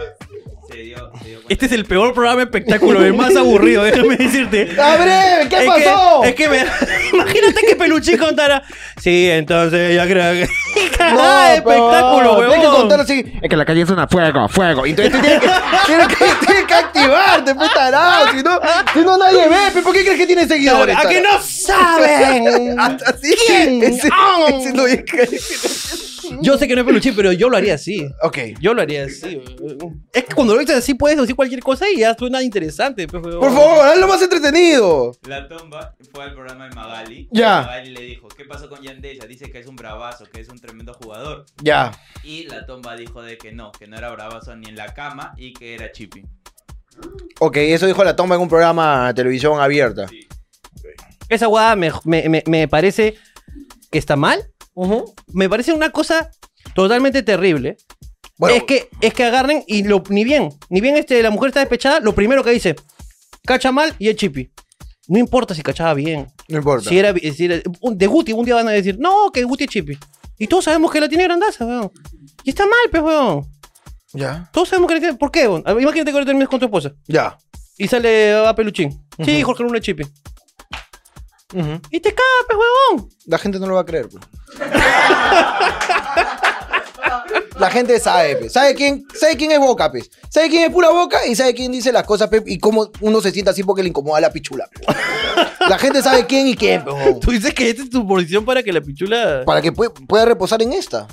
Speaker 3: se dio, se dio cuenta
Speaker 1: Este es el peor programa de espectáculo, el más aburrido, déjame decirte.
Speaker 2: ¡Ah, breve! ¿Qué
Speaker 1: Es
Speaker 2: pasó?
Speaker 1: Que, es que me... Imagínate que Peluchín contara. Sí, entonces yo creo que.
Speaker 2: No,
Speaker 1: ¡Ah, espectáculo,
Speaker 2: pero
Speaker 1: weón!
Speaker 2: Tienes que contar así. Es que la calle es una fuego, fuego. Entonces tú tienes que, tienes que, tienes que activarte, pues, tarado. Si no, si no nadie ve, pues, ¿por qué crees que tienes seguidores?
Speaker 1: Ahora, ¿A que no saben?
Speaker 2: Así. Ese, ese no es que-
Speaker 1: Yo sé que no es Peluchín, pero yo lo haría así.
Speaker 2: Ok.
Speaker 1: Yo lo haría así. weón. Es que cuando lo dices así puedes decir cualquier cosa y ya suena interesante. pues, weón.
Speaker 2: Por favor, hazlo más entretenido.
Speaker 3: La tomba fue al programa de Magali.
Speaker 2: Ya.
Speaker 3: Magali le dijo, ¿qué pasó con Yandesa? Dice que es un bravazo, que es un tremendo jugador.
Speaker 2: Ya.
Speaker 3: Y la tomba dijo de que no, que no era bravazo ni en la cama y que era chipping.
Speaker 2: Ok, eso dijo la toma en un programa de televisión abierta.
Speaker 1: Esa guada me, me- me- me parece que está mal. Me parece una cosa totalmente terrible.
Speaker 2: Bueno,
Speaker 1: es, que, es que agarren y lo, ni bien, ni bien este, la mujer está despechada, lo primero que dice, cacha mal y es chipi. No importa si cachaba bien.
Speaker 2: no importa.
Speaker 1: Si era, si era- un- de Guti, un día van a decir, no, que Guti es chipi. Y todos sabemos que la tiene grandaza, weón. Y está mal, pues, weón.
Speaker 2: Ya.
Speaker 1: Todos sabemos que la tiene. ¿Por qué, weón? A ver, Imagínate que ahora termines con tu esposa.
Speaker 2: Ya.
Speaker 1: Y sale a peluchín. Sí,
Speaker 2: Ujú.
Speaker 1: Jorge Luna es chipi.
Speaker 2: Ujú.
Speaker 1: Y te cagas, pues, weón.
Speaker 2: La gente no lo va a creer, pues. La gente sabe, pues. ¿Sabe quién, sabe quién es Boca, pues. Sabe quién es pura Boca y sabe quién dice las cosas, pues, y cómo uno se siente así porque le incomoda la pichula. pues. La gente sabe quién y quién, pues. huevón.
Speaker 1: Tú dices que esta es tu posición para que la pichula...
Speaker 2: Para que pue- pueda reposar en esta.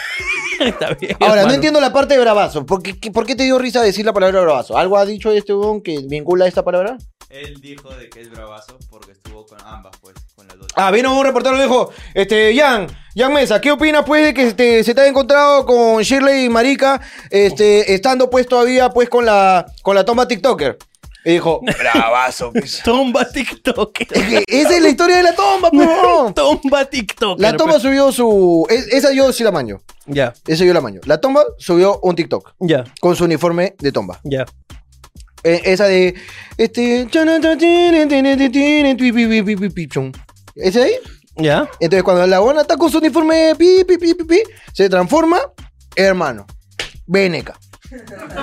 Speaker 1: está bien,
Speaker 2: Ahora, no
Speaker 1: hermano.
Speaker 2: entiendo la parte de bravazo. ¿Por qué, qué- por qué te dio risa decir la palabra bravazo? ¿Algo ha dicho este huevón que vincula esta palabra?
Speaker 3: Él dijo de que es bravazo porque estuvo con ambas, pues, con las dos.
Speaker 2: Ah, vino un reportero y le dijo, este, Jan, Jan Mesa, ¿qué opinas pues de que este, se te haya encontrado con Shirley y Marica, este, estando pues todavía pues con la, con la toma TikToker? Y dijo, bravazo, pues.
Speaker 1: Tomba TikToker.
Speaker 2: Es que Esa es la historia de la tomba, pues.
Speaker 1: Tomba TikToker.
Speaker 2: La tomba
Speaker 1: pues.
Speaker 2: subió su. es- Esa yo sí la maño.
Speaker 1: Ya,
Speaker 2: Esa yo la maño. La tomba subió un TikTok
Speaker 1: ya,
Speaker 2: con su uniforme de tomba.
Speaker 1: ya.
Speaker 2: Eh, esa de. Este. ¿Ese ahí?
Speaker 1: Ya.
Speaker 2: Entonces, cuando la buena está con su uniforme, pi, pi, pi, pi, pi, se transforma, hermano, veneca.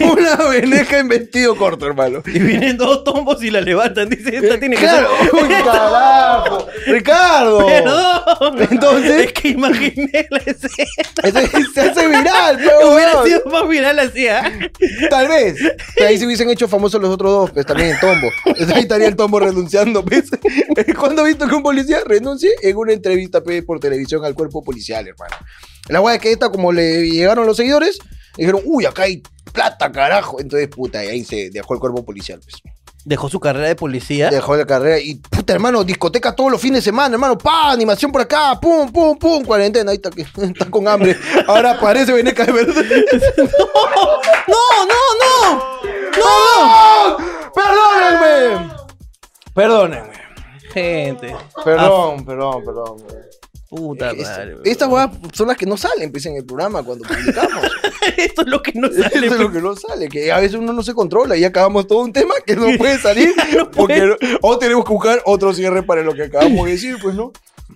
Speaker 2: Una veneca en vestido corto, hermano.
Speaker 1: Y vienen dos tombos y la levantan. Dice, esta tiene que
Speaker 2: Claro,
Speaker 1: ser.
Speaker 2: uy, carajo.
Speaker 1: Oh.
Speaker 2: Ricardo.
Speaker 1: Perdón.
Speaker 2: Entonces-
Speaker 1: Es que imaginé la escena.
Speaker 2: Entonces, se hace viral, pe,
Speaker 1: Hubiera
Speaker 2: weón.
Speaker 1: sido más viral así, ¿ah?
Speaker 2: Tal vez. Pero ahí se hubiesen hecho famosos los otros dos, pues también el tombo. Entonces, ahí estaría el tombo renunciando, pues. ¿Cuándo has visto que un policía renuncie? En una entrevista, pues, por televisión al cuerpo policial, hermano. La weá es que esta, como le llegaron los seguidores, dijeron, uy, acá hay plata, carajo. Entonces, puta, y ahí se dejó el cuerpo policial, pues.
Speaker 1: Dejó su carrera de policía.
Speaker 2: Dejó la carrera y, puta, hermano, discoteca todos los fines de semana, hermano. Pa, animación por acá, pum, pum, pum, cuarentena. Ahí está, que- está con hambre. Ahora parece veneca de verdad.
Speaker 1: ¡No, no, no!
Speaker 2: ¡No! ¡Perdónenme! Perdónenme.
Speaker 1: Gente. Ah.
Speaker 2: Perdón, perdón, perdón.
Speaker 1: Puta
Speaker 2: Es-
Speaker 1: madre.
Speaker 2: estas weas son las que no salen, pues, en el programa cuando publicamos.
Speaker 1: Esto es lo que no
Speaker 2: Eso
Speaker 1: sale. pues.
Speaker 2: es lo que no sale, que a veces uno no se controla y acabamos todo un tema que no puede salir. porque no- o tenemos que buscar otro cierre para lo que acabamos de decir, pues, ¿no?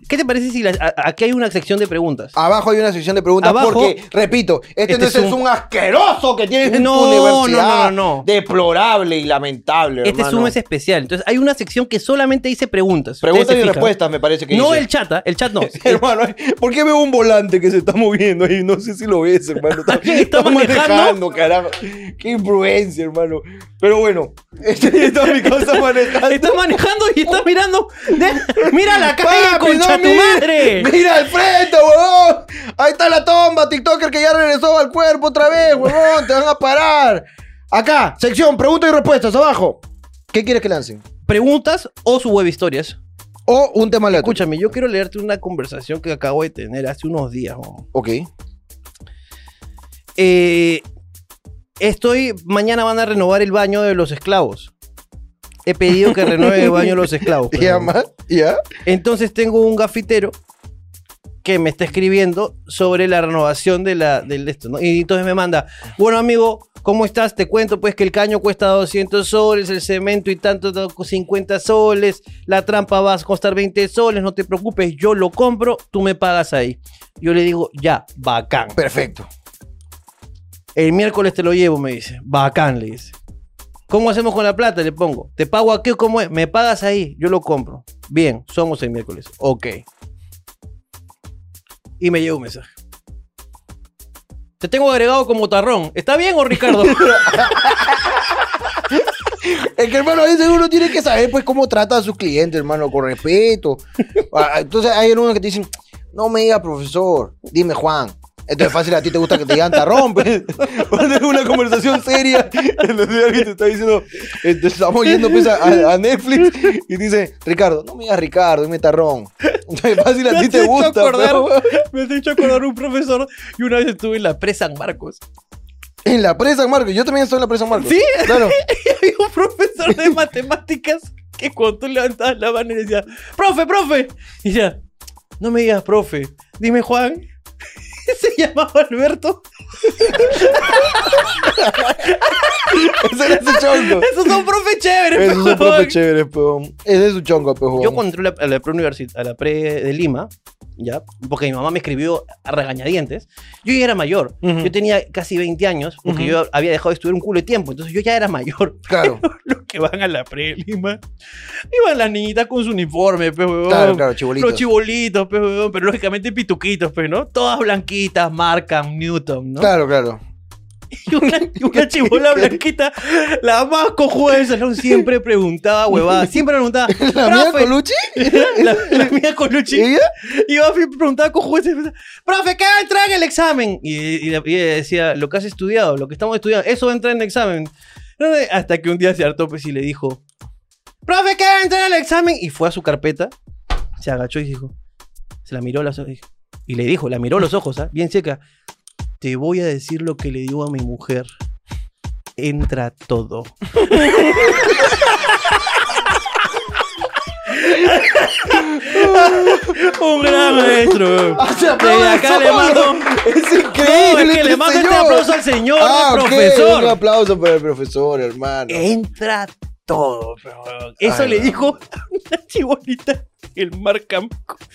Speaker 1: ¿Qué te parece si las- a- aquí hay una sección de preguntas?
Speaker 2: Abajo hay una sección de preguntas
Speaker 1: Abajo.
Speaker 2: porque, repito, este,
Speaker 1: Este
Speaker 2: no
Speaker 1: es
Speaker 2: es, es
Speaker 1: un-
Speaker 2: un asqueroso que tienes en
Speaker 1: No,
Speaker 2: tu universidad.
Speaker 1: no, no, no.
Speaker 2: Deplorable y lamentable,
Speaker 1: este
Speaker 2: hermano.
Speaker 1: Zoom es especial. Entonces hay una sección que solamente dice preguntas.
Speaker 2: Preguntas
Speaker 1: Ustedes
Speaker 2: y
Speaker 1: se fijan.
Speaker 2: respuestas, me parece que
Speaker 1: No
Speaker 2: dice.
Speaker 1: el chat, ¿ah? el chat no.
Speaker 2: Hermano, ¿por qué veo un volante que se está moviendo ahí? No sé si lo ves, hermano. Está,
Speaker 1: ¿Alguien está manejando?
Speaker 2: carajo. Qué influencia, hermano. Pero bueno, este está mi casa manejando.
Speaker 1: Está manejando y está mirando. De- Mira la calle,
Speaker 2: Papi,
Speaker 1: concha
Speaker 2: no
Speaker 1: tu
Speaker 2: mires.
Speaker 1: madre.
Speaker 2: Mira al frente, huevón. Ahí está la tomba, TikToker que ya regresó al cuerpo otra vez, huevón. Te van a parar. Acá, sección, preguntas y respuestas, abajo. ¿Qué quieres que lancen?
Speaker 1: Preguntas o su web historias.
Speaker 2: O un tema aleatorio.
Speaker 1: Escúchame, yo quiero leerte una conversación que acabo de tener hace unos días. ¿no?
Speaker 2: Ok.
Speaker 1: Eh, estoy. Mañana van a renovar el baño de los esclavos. He pedido que renueve el baño de los esclavos. pero-
Speaker 2: Ya, más. Ya.
Speaker 1: Entonces tengo un gafitero que me está escribiendo sobre la renovación de la, del esto, ¿no? Y entonces me manda, bueno amigo, ¿cómo estás? Te cuento pues que el caño cuesta 200 soles, el cemento y tanto, ta- 50 soles, la trampa va a costar 20 soles, no te preocupes, yo lo compro, tú me pagas ahí. Yo le digo, ya, bacán.
Speaker 2: Perfecto.
Speaker 1: El miércoles te lo llevo, me dice. Bacán, le dice. ¿Cómo hacemos con la plata? Le pongo. ¿Te pago aquí o cómo es? Me pagas ahí, yo lo compro. Bien, somos el miércoles. Ok. Y me llega un mensaje. Te tengo agregado como tarrón. ¿Está bien o Ricardo?
Speaker 2: Es que, hermano, ahí uno tiene que saber, pues, cómo trata a sus clientes, hermano, con respeto. Ah, Entonces, hay algunos que te dicen, no me digas, profesor, dime, Juan. Entonces, fácil, a ti te gusta que te digan tarrón, pues. Cuando es una conversación seria, entonces alguien te está diciendo, entonces, estamos yendo, pues, a, a Netflix y dice, Ricardo, no me digas Ricardo, dime tarrón. Entonces, fácil, a ti te gusta, pues.
Speaker 1: acordar,
Speaker 2: pero,
Speaker 1: me has hecho acordar un profesor y una vez estuve en la presa San Marcos.
Speaker 2: En la presa, Marco, yo también estoy en la presa, Marco.
Speaker 1: ¿Sí?
Speaker 2: Claro.
Speaker 1: Y había un profesor de matemáticas que cuando tú levantabas la mano y le decías, profe, profe. Y ya, no me digas, profe, dime Juan. Se llamaba Alberto.
Speaker 2: Ese era ese chongo.
Speaker 1: Esos son profes chéveres.
Speaker 2: Ese es un
Speaker 1: perdón.
Speaker 2: profe pues. chévere, peón. Ese es su chongo, peón.
Speaker 1: Yo cuando entré a la- a la preuniversidad, a la pre de Lima, ya, porque mi mamá me escribió a regañadientes, yo ya era mayor.
Speaker 2: Ujú.
Speaker 1: Yo tenía casi 20 años, porque
Speaker 2: Ujú.
Speaker 1: yo había dejado de estudiar un culo de tiempo, entonces yo ya era mayor.
Speaker 2: Claro,
Speaker 1: Los que van a la pre de Lima, iban las niñitas con su uniforme, pues, huevón.
Speaker 2: claro, claro, chibolito.
Speaker 1: Los chibolitos, pues, huevón, pero lógicamente pituquitos, pues, ¿no? Todas blanquitas, marcan Newton, ¿no?
Speaker 2: Claro, claro.
Speaker 1: Y una, y una chibola blanquita, la más cojuda del salón, siempre preguntaba, huevada, siempre preguntaba,
Speaker 2: ¿La mía
Speaker 1: "Profe",
Speaker 2: Colucci?
Speaker 1: la, la mía Colucci.
Speaker 2: ¿Ella?
Speaker 1: Y Buffy preguntaba con jueces, profe, ¿qué entra en el examen? Y, y la- y ella decía, lo que has estudiado, lo que estamos estudiando, eso entra en el examen. No, no, Hasta que un día se hartó pues, y le dijo, profe, ¿qué entra en el examen? Y fue a su carpeta, se agachó y dijo, se la miró a los ojos. Y le dijo, la miró a los ojos, ¿ah? bien seca, te voy a decir lo que le digo a mi mujer. entra todo. Un gran maestro.
Speaker 2: Se aplaude
Speaker 1: Desde acá
Speaker 2: solo.
Speaker 1: le mando.
Speaker 2: Es increíble.
Speaker 1: No, es que le
Speaker 2: este
Speaker 1: mando este
Speaker 2: señor.
Speaker 1: aplauso al señor
Speaker 2: Ah, ok,
Speaker 1: profesor. Eh.
Speaker 2: Un aplauso para el profesor, hermano.
Speaker 1: Entra todo, pero Eso
Speaker 2: Ay,
Speaker 1: le
Speaker 2: no.
Speaker 1: dijo una chibolita el Markham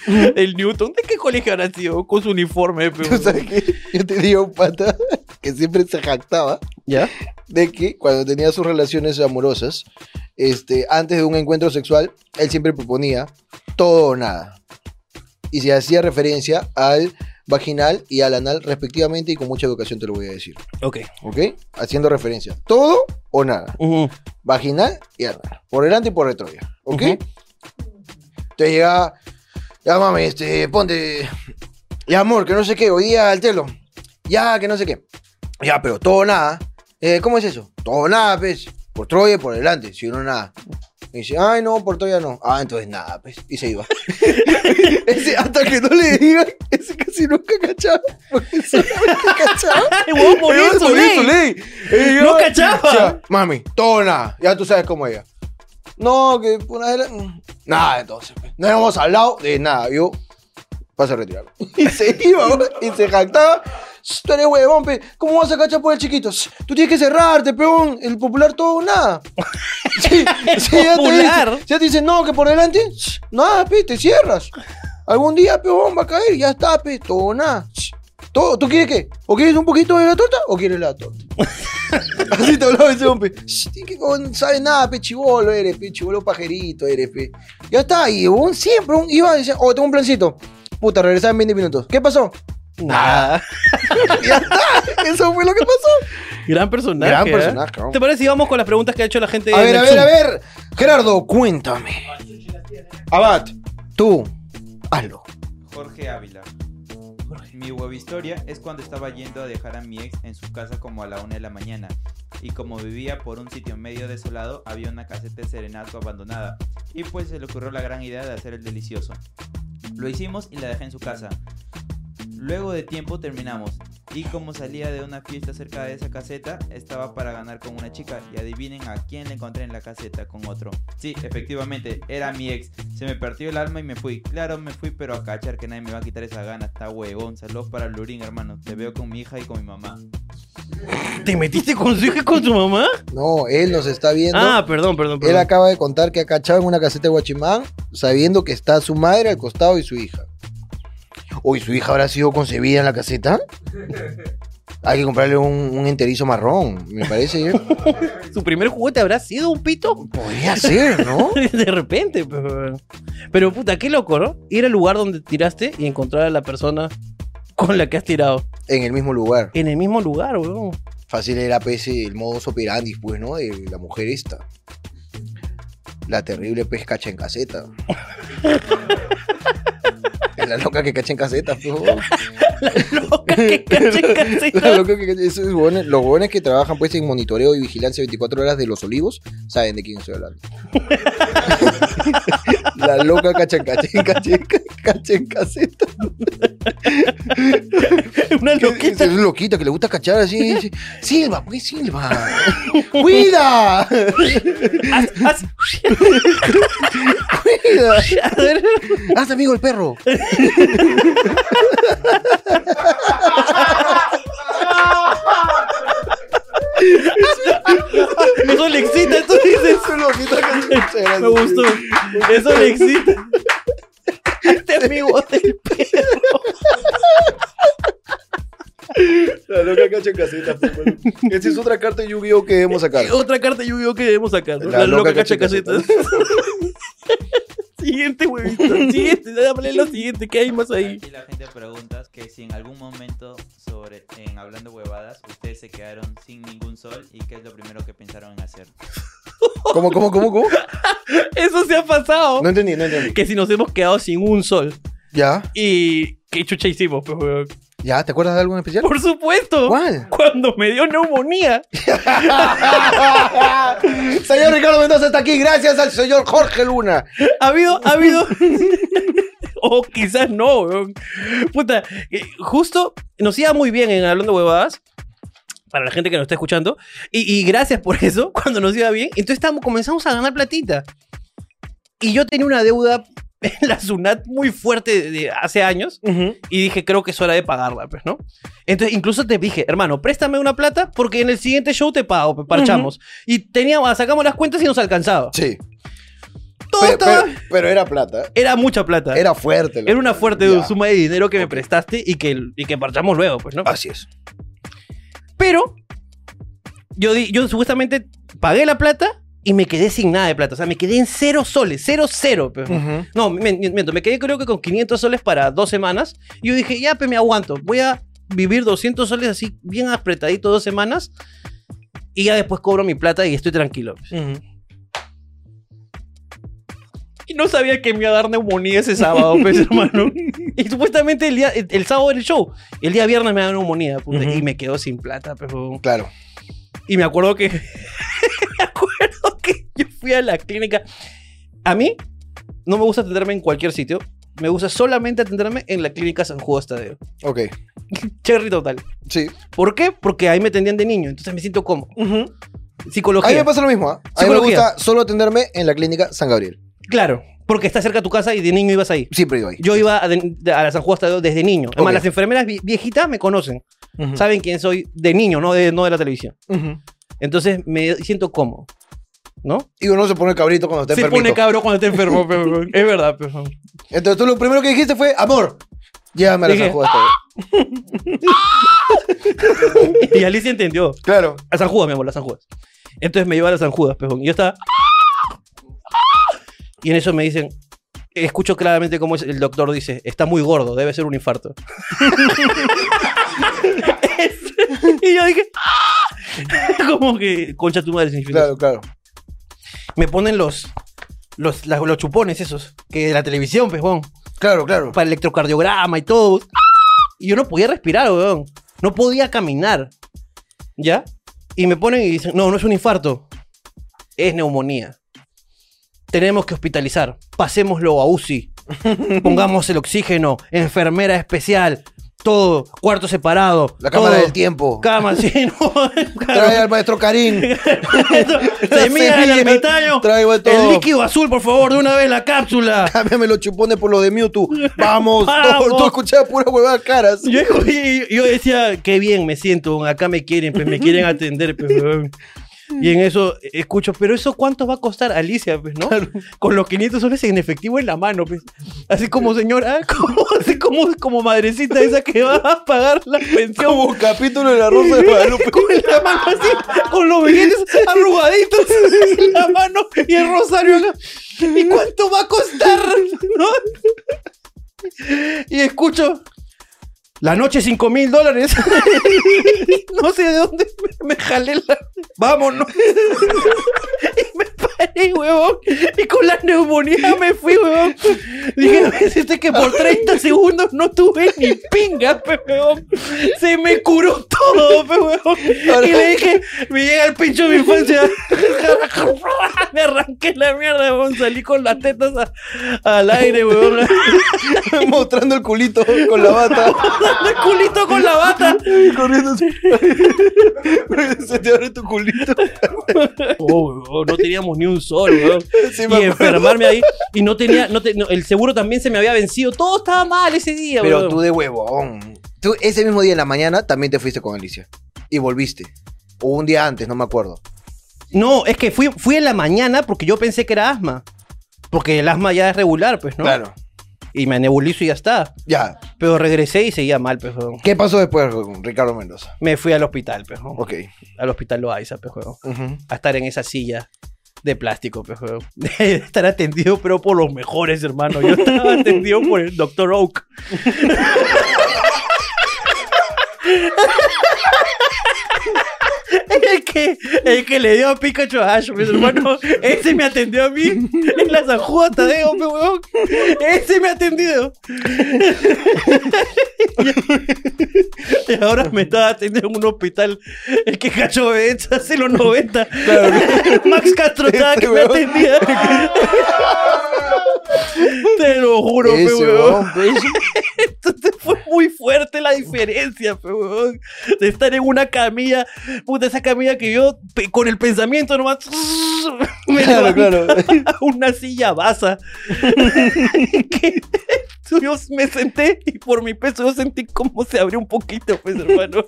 Speaker 1: del Newton. ¿De qué colegio habrá sido? Con su uniforme, pero.
Speaker 2: ¿Tú sabes qué? Yo tenía un pata que siempre se jactaba
Speaker 1: ¿Ya?
Speaker 2: de que cuando tenía sus relaciones amorosas, este, antes de un encuentro sexual, él siempre proponía todo o nada. Y se hacía referencia al vaginal y al anal respectivamente y con mucha educación te lo voy a decir,
Speaker 1: Ok.
Speaker 2: ¿ok? Haciendo referencia, todo o nada,
Speaker 1: Ujú.
Speaker 2: vaginal y anal, por delante y por detrás, ¿ok?
Speaker 1: Ujú.
Speaker 2: Te llegaba, ya mami, este, ponte, ya amor, que no sé qué, hoy día al telo, ya que no sé qué, ya, pero todo o nada, Eh, ¿cómo es eso? Todo o nada, pues, por Troya y por delante, si no nada. Me dice, ay, no, por Troya no. Ah, entonces nada, pues. Y se iba. Ese, hasta que no le digan, ese casi nunca cachaba. Porque solamente cachaba.
Speaker 1: Ay, huevón, por
Speaker 2: Pero
Speaker 1: eso,
Speaker 2: por
Speaker 1: ley.
Speaker 2: eso, ley. Y yo-
Speaker 1: No cachaba.
Speaker 2: decía, Mami, todo o nada. Ya tú sabes cómo ella. No, que una de las... Nada, entonces. pues. No hemos hablado de nada. Yo, vas a retirarlo. Y se iba, weón, y se jactaba. "Shh, Tú eres huevón, pe. ¿Cómo vas a cachar por el chiquito? Shh, Tú tienes que cerrarte, peón. El popular todo o nada. Sí, sí, ya te
Speaker 1: popular.
Speaker 2: dice- ya te dicen, no, que por delante, shh, nada, pe, te cierras. Algún día, peón, va a caer, ya está, pe, todo o nada. Shh, Todo, ¿Tú quieres qué? ¿O quieres un poquito de la torta o quieres la torta? Así te hablaba ese hombre. "Shh, tiene que- No sabes nada, pe chivolo eres, pe chivolo pajerito eres, pe. Ya está, y un siempre un, iba a decir, oh, tengo un plancito. Puta, regresaba en 20 minutos. ¿Qué pasó?
Speaker 1: Nada.
Speaker 2: ya está, eso fue lo que pasó.
Speaker 1: Gran personaje.
Speaker 2: Gran
Speaker 1: ¿eh?
Speaker 2: personaje, cabrón.
Speaker 1: ¿Te parece si vamos con las preguntas que ha hecho la gente?
Speaker 2: A
Speaker 1: en
Speaker 2: ver,
Speaker 1: el
Speaker 2: a ver,
Speaker 1: Zoom?
Speaker 2: a ver. Gerardo, cuéntame. Abad, tú, hazlo.
Speaker 3: Jorge Ávila. Mi web historia es cuando estaba yendo a dejar a mi ex en su casa como a la una de la mañana. Y como vivía por un sitio medio desolado, había una caseta de serenato abandonada. Y pues se le ocurrió la gran idea de hacer el delicioso. Lo hicimos y la dejé en su casa. Luego de tiempo terminamos. Y como salía de una fiesta cerca de esa caseta, estaba para ganar con una chica. Y adivinen a quién le encontré en la caseta con otro. Sí, efectivamente, era mi ex. Se me partió el alma y me fui. Claro, me fui, pero a cachar que nadie me va a quitar esa gana. Está huevón. Saludos para Lurín, hermano. Te veo con mi hija y con mi mamá.
Speaker 1: ¿Te metiste con su hija y con tu mamá?
Speaker 2: No, él nos está viendo.
Speaker 1: Ah, perdón, perdón,
Speaker 2: él
Speaker 1: perdón.
Speaker 2: acaba de contar que ha cachado en una caseta de Guachimán, sabiendo que está su madre al costado y su hija. Uy, ¿su hija habrá sido concebida en la caseta? Hay que comprarle un, un enterizo marrón, me parece. ¿eh?
Speaker 1: ¿Su primer juguete habrá sido un pito?
Speaker 2: Podría ser, ¿no?
Speaker 1: De repente, pero... Pero puta, qué loco, ¿no? Ir al lugar donde tiraste y encontrar a la persona con la que has tirado.
Speaker 2: En el mismo lugar.
Speaker 1: En el mismo lugar, weón.
Speaker 2: Fácil era pues, el modus operandi, pues, ¿no? De la mujer esta. La terrible pez cacha en caseta. Es la loca que cacha en caseta, pues.
Speaker 1: Loca, qué cacha en caseta.
Speaker 2: La loca que cacha- esos huevones- los jóvenes que trabajan pues en monitoreo y vigilancia 24 horas de los olivos saben de quién estoy hablando. la loca cacha en cacha en cacha en ca- cacha en caseta.
Speaker 1: Una
Speaker 2: Que Es
Speaker 1: loquita.
Speaker 2: es loquita que le gusta cachar así. dice, Silva, pues Silva. ¡Cuida!
Speaker 1: Haz- haz-
Speaker 2: ¡Cuida!
Speaker 1: a ver.
Speaker 2: Haz amigo el perro.
Speaker 1: Eso le excita, tú dices.
Speaker 2: Eso es lo que está casi muchas gracias.
Speaker 1: Me gustó. Eso le excita. Este amigo del perro.
Speaker 2: La loca cacha en caseta. pues, bueno. Esa es otra carta de Yu-Gi-Oh que debemos sacar.
Speaker 1: Otra carta de Yu-Gi-Oh que debemos sacar. ¿no? La, loca, cacha casetas. siguiente, huevito. Siguiente. Dame la siguiente. ¿Qué hay más ahí?
Speaker 3: Aquí la gente pregunta que si en algún momento sobre en hablando huevadas ustedes se quedaron sin ningún sol y qué es lo primero que pensaron en hacer.
Speaker 2: ¿Cómo, cómo, cómo, cómo?
Speaker 1: Eso se ha pasado.
Speaker 2: No entendí, no entendí.
Speaker 1: Que si nos hemos quedado sin un sol.
Speaker 2: ¿Ya?
Speaker 1: Y qué chucha hicimos, pues, huevón?
Speaker 2: ¿Ya? ¿Te acuerdas de algo en especial?
Speaker 1: Por supuesto.
Speaker 2: ¿Cuál?
Speaker 1: Cuando me dio neumonía.
Speaker 2: señor Ricardo Mendoza está aquí gracias al señor Jorge Luna.
Speaker 1: Ha habido, ha habido. o quizás no, weón. Puta, eh, justo nos iba muy bien en hablando huevadas. Para la gente que nos está escuchando. Y, y gracias por eso, cuando nos iba bien. Entonces estábamos, comenzamos a ganar platita. Y yo tenía una deuda en la SUNAT muy fuerte de, de hace años. Y dije, creo que es hora de pagarla, pues, ¿no? Entonces, incluso te dije, hermano, préstame una plata porque en el siguiente show te pago, pues, parchamos. Y teníamos, sacamos las cuentas y nos alcanzaba.
Speaker 2: Sí.
Speaker 1: Todo
Speaker 2: Pero,
Speaker 1: estaba-
Speaker 2: pero- pero era plata.
Speaker 1: Era mucha plata.
Speaker 2: Era fuerte. loco.
Speaker 1: Era una fuerte
Speaker 2: Ya.
Speaker 1: suma de dinero que me
Speaker 2: Ok. Ah.
Speaker 1: prestaste y que, y que parchamos luego, pues, ¿no?
Speaker 2: Así es.
Speaker 1: Pero yo, di- yo supuestamente pagué la plata y me quedé sin nada de plata. O sea, me quedé en cero soles, cero, cero. pe. No, me- me- miento, me quedé creo que con 500 soles para dos semanas. Y yo dije, ya, pues me aguanto. Voy a vivir 200 soles así, bien apretadito, dos semanas. Y ya después cobro mi plata y estoy tranquilo. pues. Y no sabía que me iba a dar neumonía ese sábado, pues, hermano. Y supuestamente el, día, el, el sábado era el show. Y el día viernes me da neumonía, puta,
Speaker 2: Ujú.
Speaker 1: Y me quedo sin plata, pues, huevón.
Speaker 2: Claro.
Speaker 1: Y me acuerdo que. me acuerdo que yo fui a la clínica. A mí no me gusta atenderme en cualquier sitio. Me gusta solamente atenderme en la clínica San Juan Tadeo.
Speaker 2: Ok.
Speaker 1: Cherry total.
Speaker 2: Sí.
Speaker 1: ¿Por qué? Porque ahí me atendían de niño. Entonces me siento cómodo.
Speaker 2: A mí
Speaker 1: Psicología.
Speaker 2: me pasa lo mismo. ¿ah? A mí me
Speaker 1: Psicología.
Speaker 2: gusta solo atenderme en la clínica San Gabriel.
Speaker 1: Claro. Porque está cerca de tu casa y de niño ibas ahí.
Speaker 2: Siempre iba ahí.
Speaker 1: Yo iba a, de- a la San Juan Tadeo desde niño. Además,
Speaker 2: Ok.
Speaker 1: las enfermeras vi- viejitas me conocen.
Speaker 2: Ujú.
Speaker 1: Saben quién soy de niño, no de, no de la televisión.
Speaker 2: Ujú.
Speaker 1: Entonces me siento cómodo. ¿No?
Speaker 2: Y uno se pone cabrito cuando está
Speaker 1: Se
Speaker 2: enfermito.
Speaker 1: pone cabro cuando está enfermo. pe, huevón. es verdad, pe, huevón.
Speaker 2: Entonces tú lo primero que dijiste fue, amor, llévame a la
Speaker 1: Dije, "Ah".
Speaker 2: San Juan hasta ahí".
Speaker 1: Y Alicia entendió.
Speaker 2: Claro.
Speaker 1: A San Judas, mi amor, a San Judas. Entonces me lleva a la San Judas, pejón. Y yo estaba. Y en eso me dicen. Escucho claramente cómo es- el doctor dice: Está muy gordo, debe ser un infarto. y yo dije: "Ah". Como que concha tu madre significa.
Speaker 2: Claro, claro.
Speaker 1: Me ponen los. Los, las- los chupones esos, que de la televisión, pejón,
Speaker 2: Claro, claro.
Speaker 1: para electrocardiograma y todo. Y yo no podía respirar, weón. No podía caminar. ¿Ya? Y me ponen y dicen, no, no es un infarto. Es neumonía. Tenemos que hospitalizar. Pasémoslo a UCI. Pongamos el oxígeno. Enfermera especial. Todo. Cuarto separado.
Speaker 2: La cámara
Speaker 1: todo.
Speaker 2: del tiempo.
Speaker 1: Cama, sí, no.
Speaker 2: Trae al maestro Karim.
Speaker 1: Semilla del
Speaker 2: semilla,
Speaker 1: ermitaño.
Speaker 2: traigo
Speaker 1: El
Speaker 2: todo.
Speaker 1: líquido azul, por favor, de una vez la cápsula.
Speaker 2: Cámbiame los chupones por los de Mewtwo. Vamos.
Speaker 1: Vamos.
Speaker 2: Tú, tú escuchabas pura huevada caras.
Speaker 1: Yo, yo- yo decía, qué bien me siento, acá me quieren, pues me quieren atender, pues, weón. Y en eso escucho, pero eso cuánto va a costar Alicia, pues, ¿no? Con los 500 soles en efectivo en la mano, pues. Así como señora, como, así como, como madrecita esa que va a pagar la pensión.
Speaker 2: Como un capítulo de la Rosa de Guadalupe.
Speaker 1: Con la mano así, con los billetes arrugaditos en la mano y el rosario acá. ¿Y cuánto va a costar? ¿No? Y escucho, la noche 5 mil dólares. No sé de dónde me, me jalé la... Vámonos. Y me paré, huevón. Y con la neumonía me fui, huevón. Dije, decirte que por 30 segundos no tuve ni pinga, pe, huevón. Se me curó todo, pe, huevón. Y le dije, me llega el pincho de mi infancia. Me arranqué la mierda, huevón. Salí con las tetas a- al aire, huevón.
Speaker 2: Mostrando el culito con la bata.
Speaker 1: Dando el culito con la bata.
Speaker 2: Corriendo. Se te abre tu culito.
Speaker 1: Oh, weón, no teníamos ni un sol, weón.
Speaker 2: Sí, me
Speaker 1: y
Speaker 2: acuerdo.
Speaker 1: enfermarme ahí. Y no tenía, no te- no, el seguro también se me había vencido. Todo estaba mal ese día,
Speaker 2: Pero
Speaker 1: weón.
Speaker 2: tú de huevón. Tú ese mismo día en la mañana también te fuiste con Alicia. Y volviste. O un día antes, no me acuerdo.
Speaker 1: No, es que fui, fui en la mañana porque yo pensé que era asma. Porque el asma ya es regular, pues, ¿no? Y me nebulizo y ya está.
Speaker 2: Ya.
Speaker 1: Pero regresé y seguía mal, pues, weón.
Speaker 2: ¿Qué pasó después con Ricardo Mendoza?
Speaker 1: Me fui al hospital, pues, weón.
Speaker 2: Ok.
Speaker 1: Al hospital Loaiza, pues, weón.
Speaker 2: Ujú.
Speaker 1: A estar en esa silla de plástico, pues, weón. estar atendido, pero por los mejores, hermano. Yo estaba atendido por el Dr. Oak. El que, el que le dio a Pikachu a Ash, pues, hermano, ese me atendió a mí en la San Juan Tadeo, pues, weón. Ese me ha atendido. y ahora me está atendiendo en un hospital el que cachó Betts hace los 90. Max Castro estaba que me
Speaker 2: weón.
Speaker 1: atendía. Te lo juro, pe,
Speaker 2: Ese
Speaker 1: weón.
Speaker 2: huevón, pues.
Speaker 1: Entonces fue muy fuerte la diferencia, pe, huevón. De estar en una camilla, puta, esa camilla que yo pe- con el pensamiento nomás. Me
Speaker 2: Claro,
Speaker 1: levanto
Speaker 2: claro.
Speaker 1: a una silla basa. Que yo me senté y por mi peso yo sentí como se abrió un poquito, pues, hermano.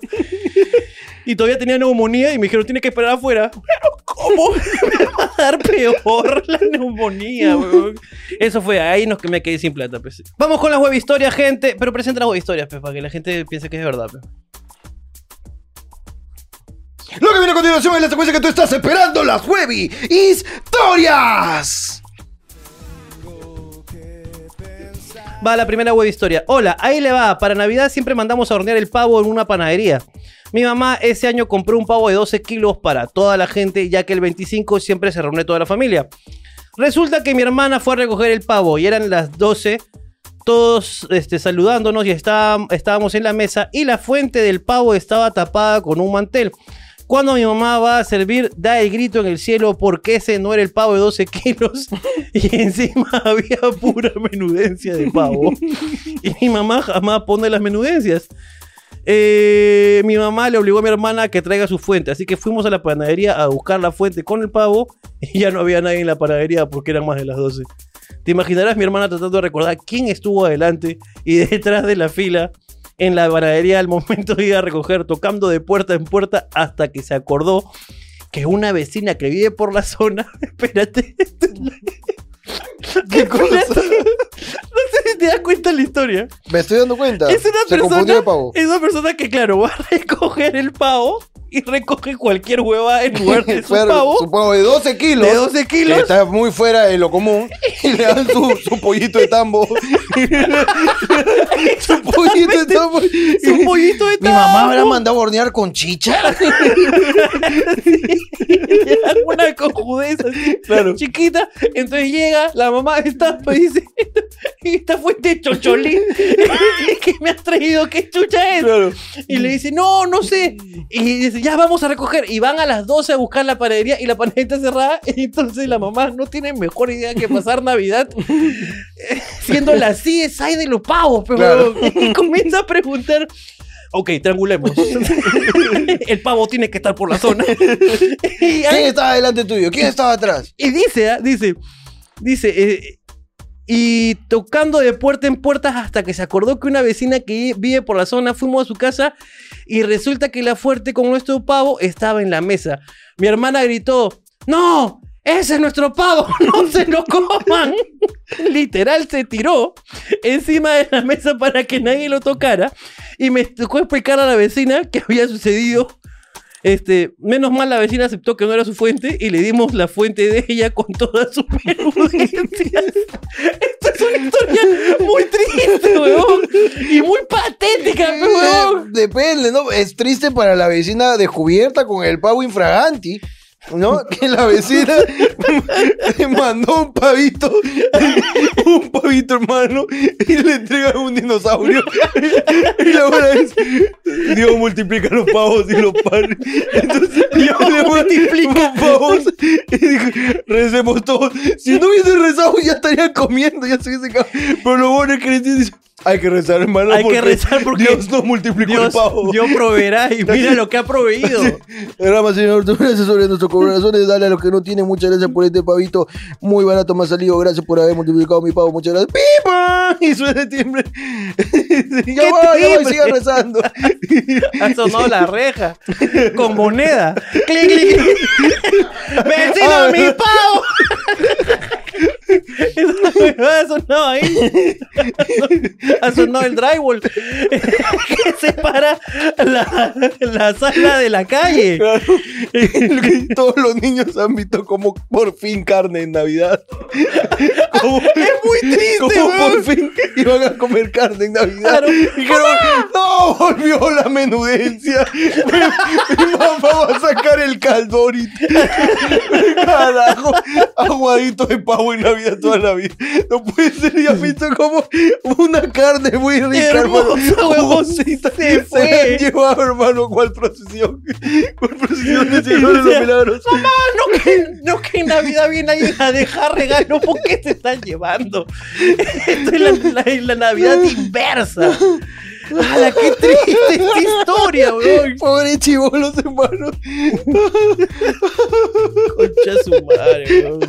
Speaker 1: Y todavía tenía neumonía y me dijeron, tiene que esperar afuera. Pero, ¿cómo? Me va a dar peor la neumonía, weón. Eso fue, ahí nos que me quedé sin plata, pues. Vamos con las web historias, gente. Pero presenta las web historias, pues, para que la gente piense que es verdad, pues.
Speaker 2: Lo que viene a continuación es la secuencia que tú estás esperando, las Webby Historias.
Speaker 1: Va la primera web historia. Hola, ahí le va. Para Navidad siempre mandamos a hornear el pavo en una panadería. Mi mamá ese año compró un pavo de 12 kilos para toda la gente, ya que el 25 siempre se reúne toda la familia. Resulta que mi hermana fue a recoger el pavo y eran las 12, todos este, saludándonos y estábam- estábamos en la mesa y la fuente del pavo estaba tapada con un mantel. Cuando mi mamá va a servir, da el grito en el cielo porque ese no era el pavo de 12 kilos y encima había pura menudencia de pavo. Y mi mamá jamás pone las menudencias. Eh, mi mamá le obligó a mi hermana a que traiga su fuente, así que fuimos a la panadería a buscar la fuente con el pavo y ya no había nadie en la panadería porque eran más de las 12. Te imaginarás mi hermana tratando de recordar quién estuvo adelante y detrás de la fila en la panadería al momento de ir a recoger, tocando de puerta en puerta hasta que se acordó que una vecina que vive por la zona, espérate,
Speaker 2: ¿Qué cosa?
Speaker 1: Espérate. No sé si te das cuenta de la historia.
Speaker 2: Me estoy dando cuenta.
Speaker 1: Es una
Speaker 2: Se confundió
Speaker 1: persona.
Speaker 2: de pavo.
Speaker 1: Es una persona que, claro, va a recoger el pavo y recoge cualquier hueva en lugar de su
Speaker 2: Claro,
Speaker 1: pavo.
Speaker 2: Su pavo de 12 kilos.
Speaker 1: De 12
Speaker 2: que
Speaker 1: kilos.
Speaker 2: Está muy fuera de lo común. Y le dan su, su pollito de tambo. su pollito de tambo.
Speaker 1: Su pollito de
Speaker 2: Mi mamá
Speaker 1: tambo.
Speaker 2: habrá mandado a hornear con chicha.
Speaker 1: Una cojudeza así, chiquita. Entonces llega, la mamá está y dice: Esta fuente de chocholín que me has traído, ¿qué chucha es? Y le dice, no, no sé. Y dice, ya vamos a recoger. Y van a las 12 a buscar la panadería y la panadería está cerrada. Y entonces la mamá no tiene mejor idea que pasar Navidad eh, siendo la CSI de los pavos. Pero
Speaker 2: Claro.
Speaker 1: y comienza a preguntar. Ok, triangulemos. El pavo tiene que estar por la zona. Y hay-
Speaker 2: ¿Quién estaba delante tuyo? ¿Quién estaba atrás?
Speaker 1: y dice, ¿ah? dice, dice, eh, y tocando de puerta en puerta hasta que se acordó que una vecina que vive por la zona fuimos a su casa y resulta que la fuerte con nuestro pavo estaba en la mesa. Mi hermana gritó, ¡No! ¡Ese es nuestro pavo! ¡No se lo coman! Literal se tiró encima de la mesa para que nadie lo tocara y me tocó explicar a la vecina que había sucedido este, menos mal la vecina aceptó que no era su fuente y le dimos la fuente de ella con todas sus menudencias. Esto es una historia muy triste, weón. Y muy patética, pe,
Speaker 2: Eh,
Speaker 1: weón.
Speaker 2: Depende, ¿no? Es triste para la vecina descubierta con el pavo infraganti. ¿No? Que la vecina le mandó un pavito, un pavito hermano, y le entrega un dinosaurio. Y la buena es, Dios multiplica los pavos y los panes. Entonces, Dios le multiplica los pavos. Y dijo, recemos todos. Si no hubiese rezado, ya estarían comiendo, ya se hubiese acabado. Pero lo bueno es que le dice, hay que rezar, hermano.
Speaker 1: Hay que rezar porque
Speaker 2: Dios nos multiplicó el
Speaker 1: Dios,
Speaker 2: pavo.
Speaker 1: Dios proveerá y mira lo que ha proveído.
Speaker 2: Derrama, Señor, tus gracias sobre nuestros corazones. Dale a los que no tienen. Muchas gracias por este pavito. Muy barato me ha salido. Gracias por haber multiplicado mi pavo. Muchas gracias. ¡Pipa! Y suena el timbre. ya
Speaker 1: ¿Qué
Speaker 2: va, ya va. Y
Speaker 1: timbre?
Speaker 2: siga rezando.
Speaker 1: Ha sonado la reja con moneda. ¡Clic, clic, clic! ¡Vecino, mi pavo! Esa huevada ha sonado ahí. Ha sonado el drywall. Que separa la, la sala de la calle.
Speaker 2: Todos los niños han visto como por fin carne en Navidad. Como-
Speaker 1: Es muy triste,
Speaker 2: como
Speaker 1: Este weón.
Speaker 2: por fin iban a comer carne en Navidad.
Speaker 1: Claro.
Speaker 2: Y dijeron, no, volvió la menudencia. mi, mi mamá va a sacar el caldo ahorita. Carajo, aguadito de pavo en Navidad toda la vida. No puede ser, ya visto como una carne muy rica, hermano.
Speaker 1: Hermosa, huevón, se, se
Speaker 2: Se la han
Speaker 1: fue.
Speaker 2: llevado, hermano, cual procesión. Cual procesión de Señor de los milagros.
Speaker 1: Mamá, no que, no que en Navidad viene alguien a dejar regalos. ¿Por qué se están llevando? Esto es la, la- la Navidad inversa. ¡Hala, qué triste esta historia, weón!
Speaker 2: Pobre chivolos, hermano.
Speaker 1: Concha su madre, weón.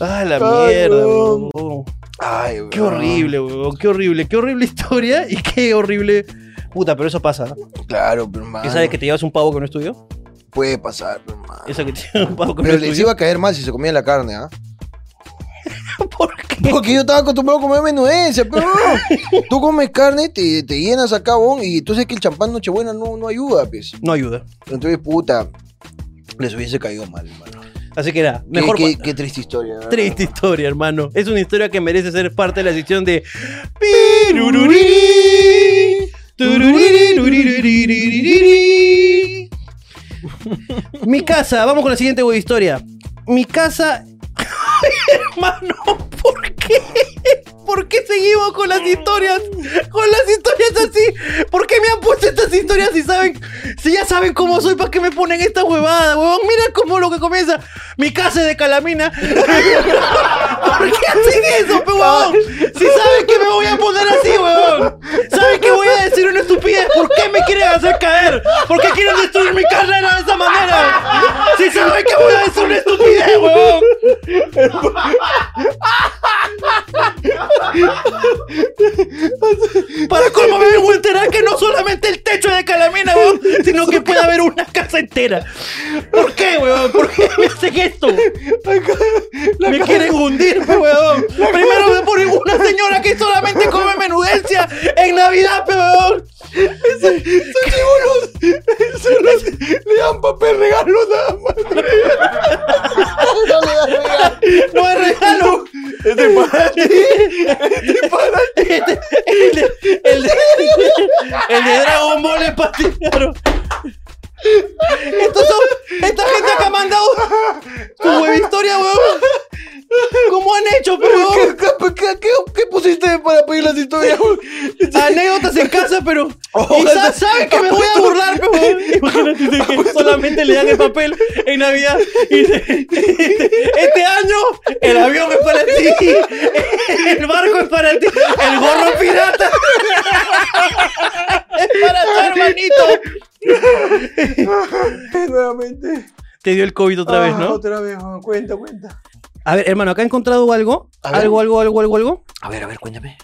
Speaker 1: ¡Ah, la
Speaker 2: Ay,
Speaker 1: mierda,
Speaker 2: weón.
Speaker 1: weón!
Speaker 2: Ay,
Speaker 1: Qué horrible, weón. Qué horrible. Qué horrible historia y qué horrible. Puta, pero eso pasa.
Speaker 2: Claro, pero hermano.
Speaker 1: ¿Y sabes que te llevas un pavo que no es tuyo?
Speaker 2: Puede pasar, hermano.
Speaker 1: Esa que te llevas un pavo que
Speaker 2: Pero
Speaker 1: no es
Speaker 2: les
Speaker 1: tuyo.
Speaker 2: iba a caer mal si se comían la carne, ¿ah?
Speaker 1: ¿Por qué?
Speaker 2: Porque yo estaba acostumbrado a comer menudencia, pero no. Tú comes carne, te, te llenas acá, bon, y entonces que el champán Nochebuena no, no ayuda, pues.
Speaker 1: No ayuda.
Speaker 2: Entonces, puta, les hubiese caído mal, hermano. Qué-
Speaker 1: Así que era, mejor.
Speaker 2: Qué,
Speaker 1: pa-
Speaker 2: qué triste historia, ¿verdad?
Speaker 1: Triste historia, hermano. Es una historia que merece ser parte de la sección de. Pirururiri, turuririruririririririri. Mi casa, vamos con la siguiente web historia. Mi casa. hermano, ¿por qué? ¿Por qué seguimos con las historias? Con las historias así. ¿Por qué me han puesto estas historias si saben? Si ya saben cómo soy, ¿para qué me ponen esta huevada, huevón? Mira cómo lo que comienza. Mi casa es de calamina. ¿Por qué hacen eso, pe, huevón? Si saben que me voy a poner así, huevón. Saben que voy a decir una estupidez. ¿Por qué me quieren hacer caer? ¿Por qué quieren destruir mi carrera de esa manera? Si saben que voy a decir una estupidez, huevón. Para colmo me vengo a enterar que no solamente el techo es de calamina, weón, sino que puede haber una casa entera. ¿Por qué, weón? ¿Por qué me hacen esto? me quieren hundir, pe, weón. Primero me ponen una señora que solamente come menudencia en Navidad, pe, weón.
Speaker 2: Son chibolos. Se los- le dan papel regalo nada más. No le dan regalo.
Speaker 1: No es regalo.
Speaker 2: Este es para ti. Este es para ti.
Speaker 1: El de, el de- el de- el de Dragon Ball es para ti, claro. Estos son- esta gente acá ha mandado su web historia, weón. ¿Cómo han hecho, pe, weón?
Speaker 2: ¿Qué, qué- qué- qué- qué pusiste para pedir las historias?
Speaker 1: anécdotas en casa, pero
Speaker 2: Oh,
Speaker 1: quizás saben que me voy a burlar, pero imagínate usted que solamente le dan el papel en Navidad y dice, este año el avión es para ti, el barco es para ti, el gorro pirata es para tu hermanito.
Speaker 2: Nuevamente.
Speaker 1: Te dio el COVID otra vez,
Speaker 2: Ah,
Speaker 1: ¿no?
Speaker 2: Otra vez, ah, cuenta, cuenta.
Speaker 1: A ver, hermano, acá he encontrado algo,
Speaker 2: A ver.
Speaker 1: algo, algo, algo, algo, algo.
Speaker 2: A ver, a ver, cuéntame.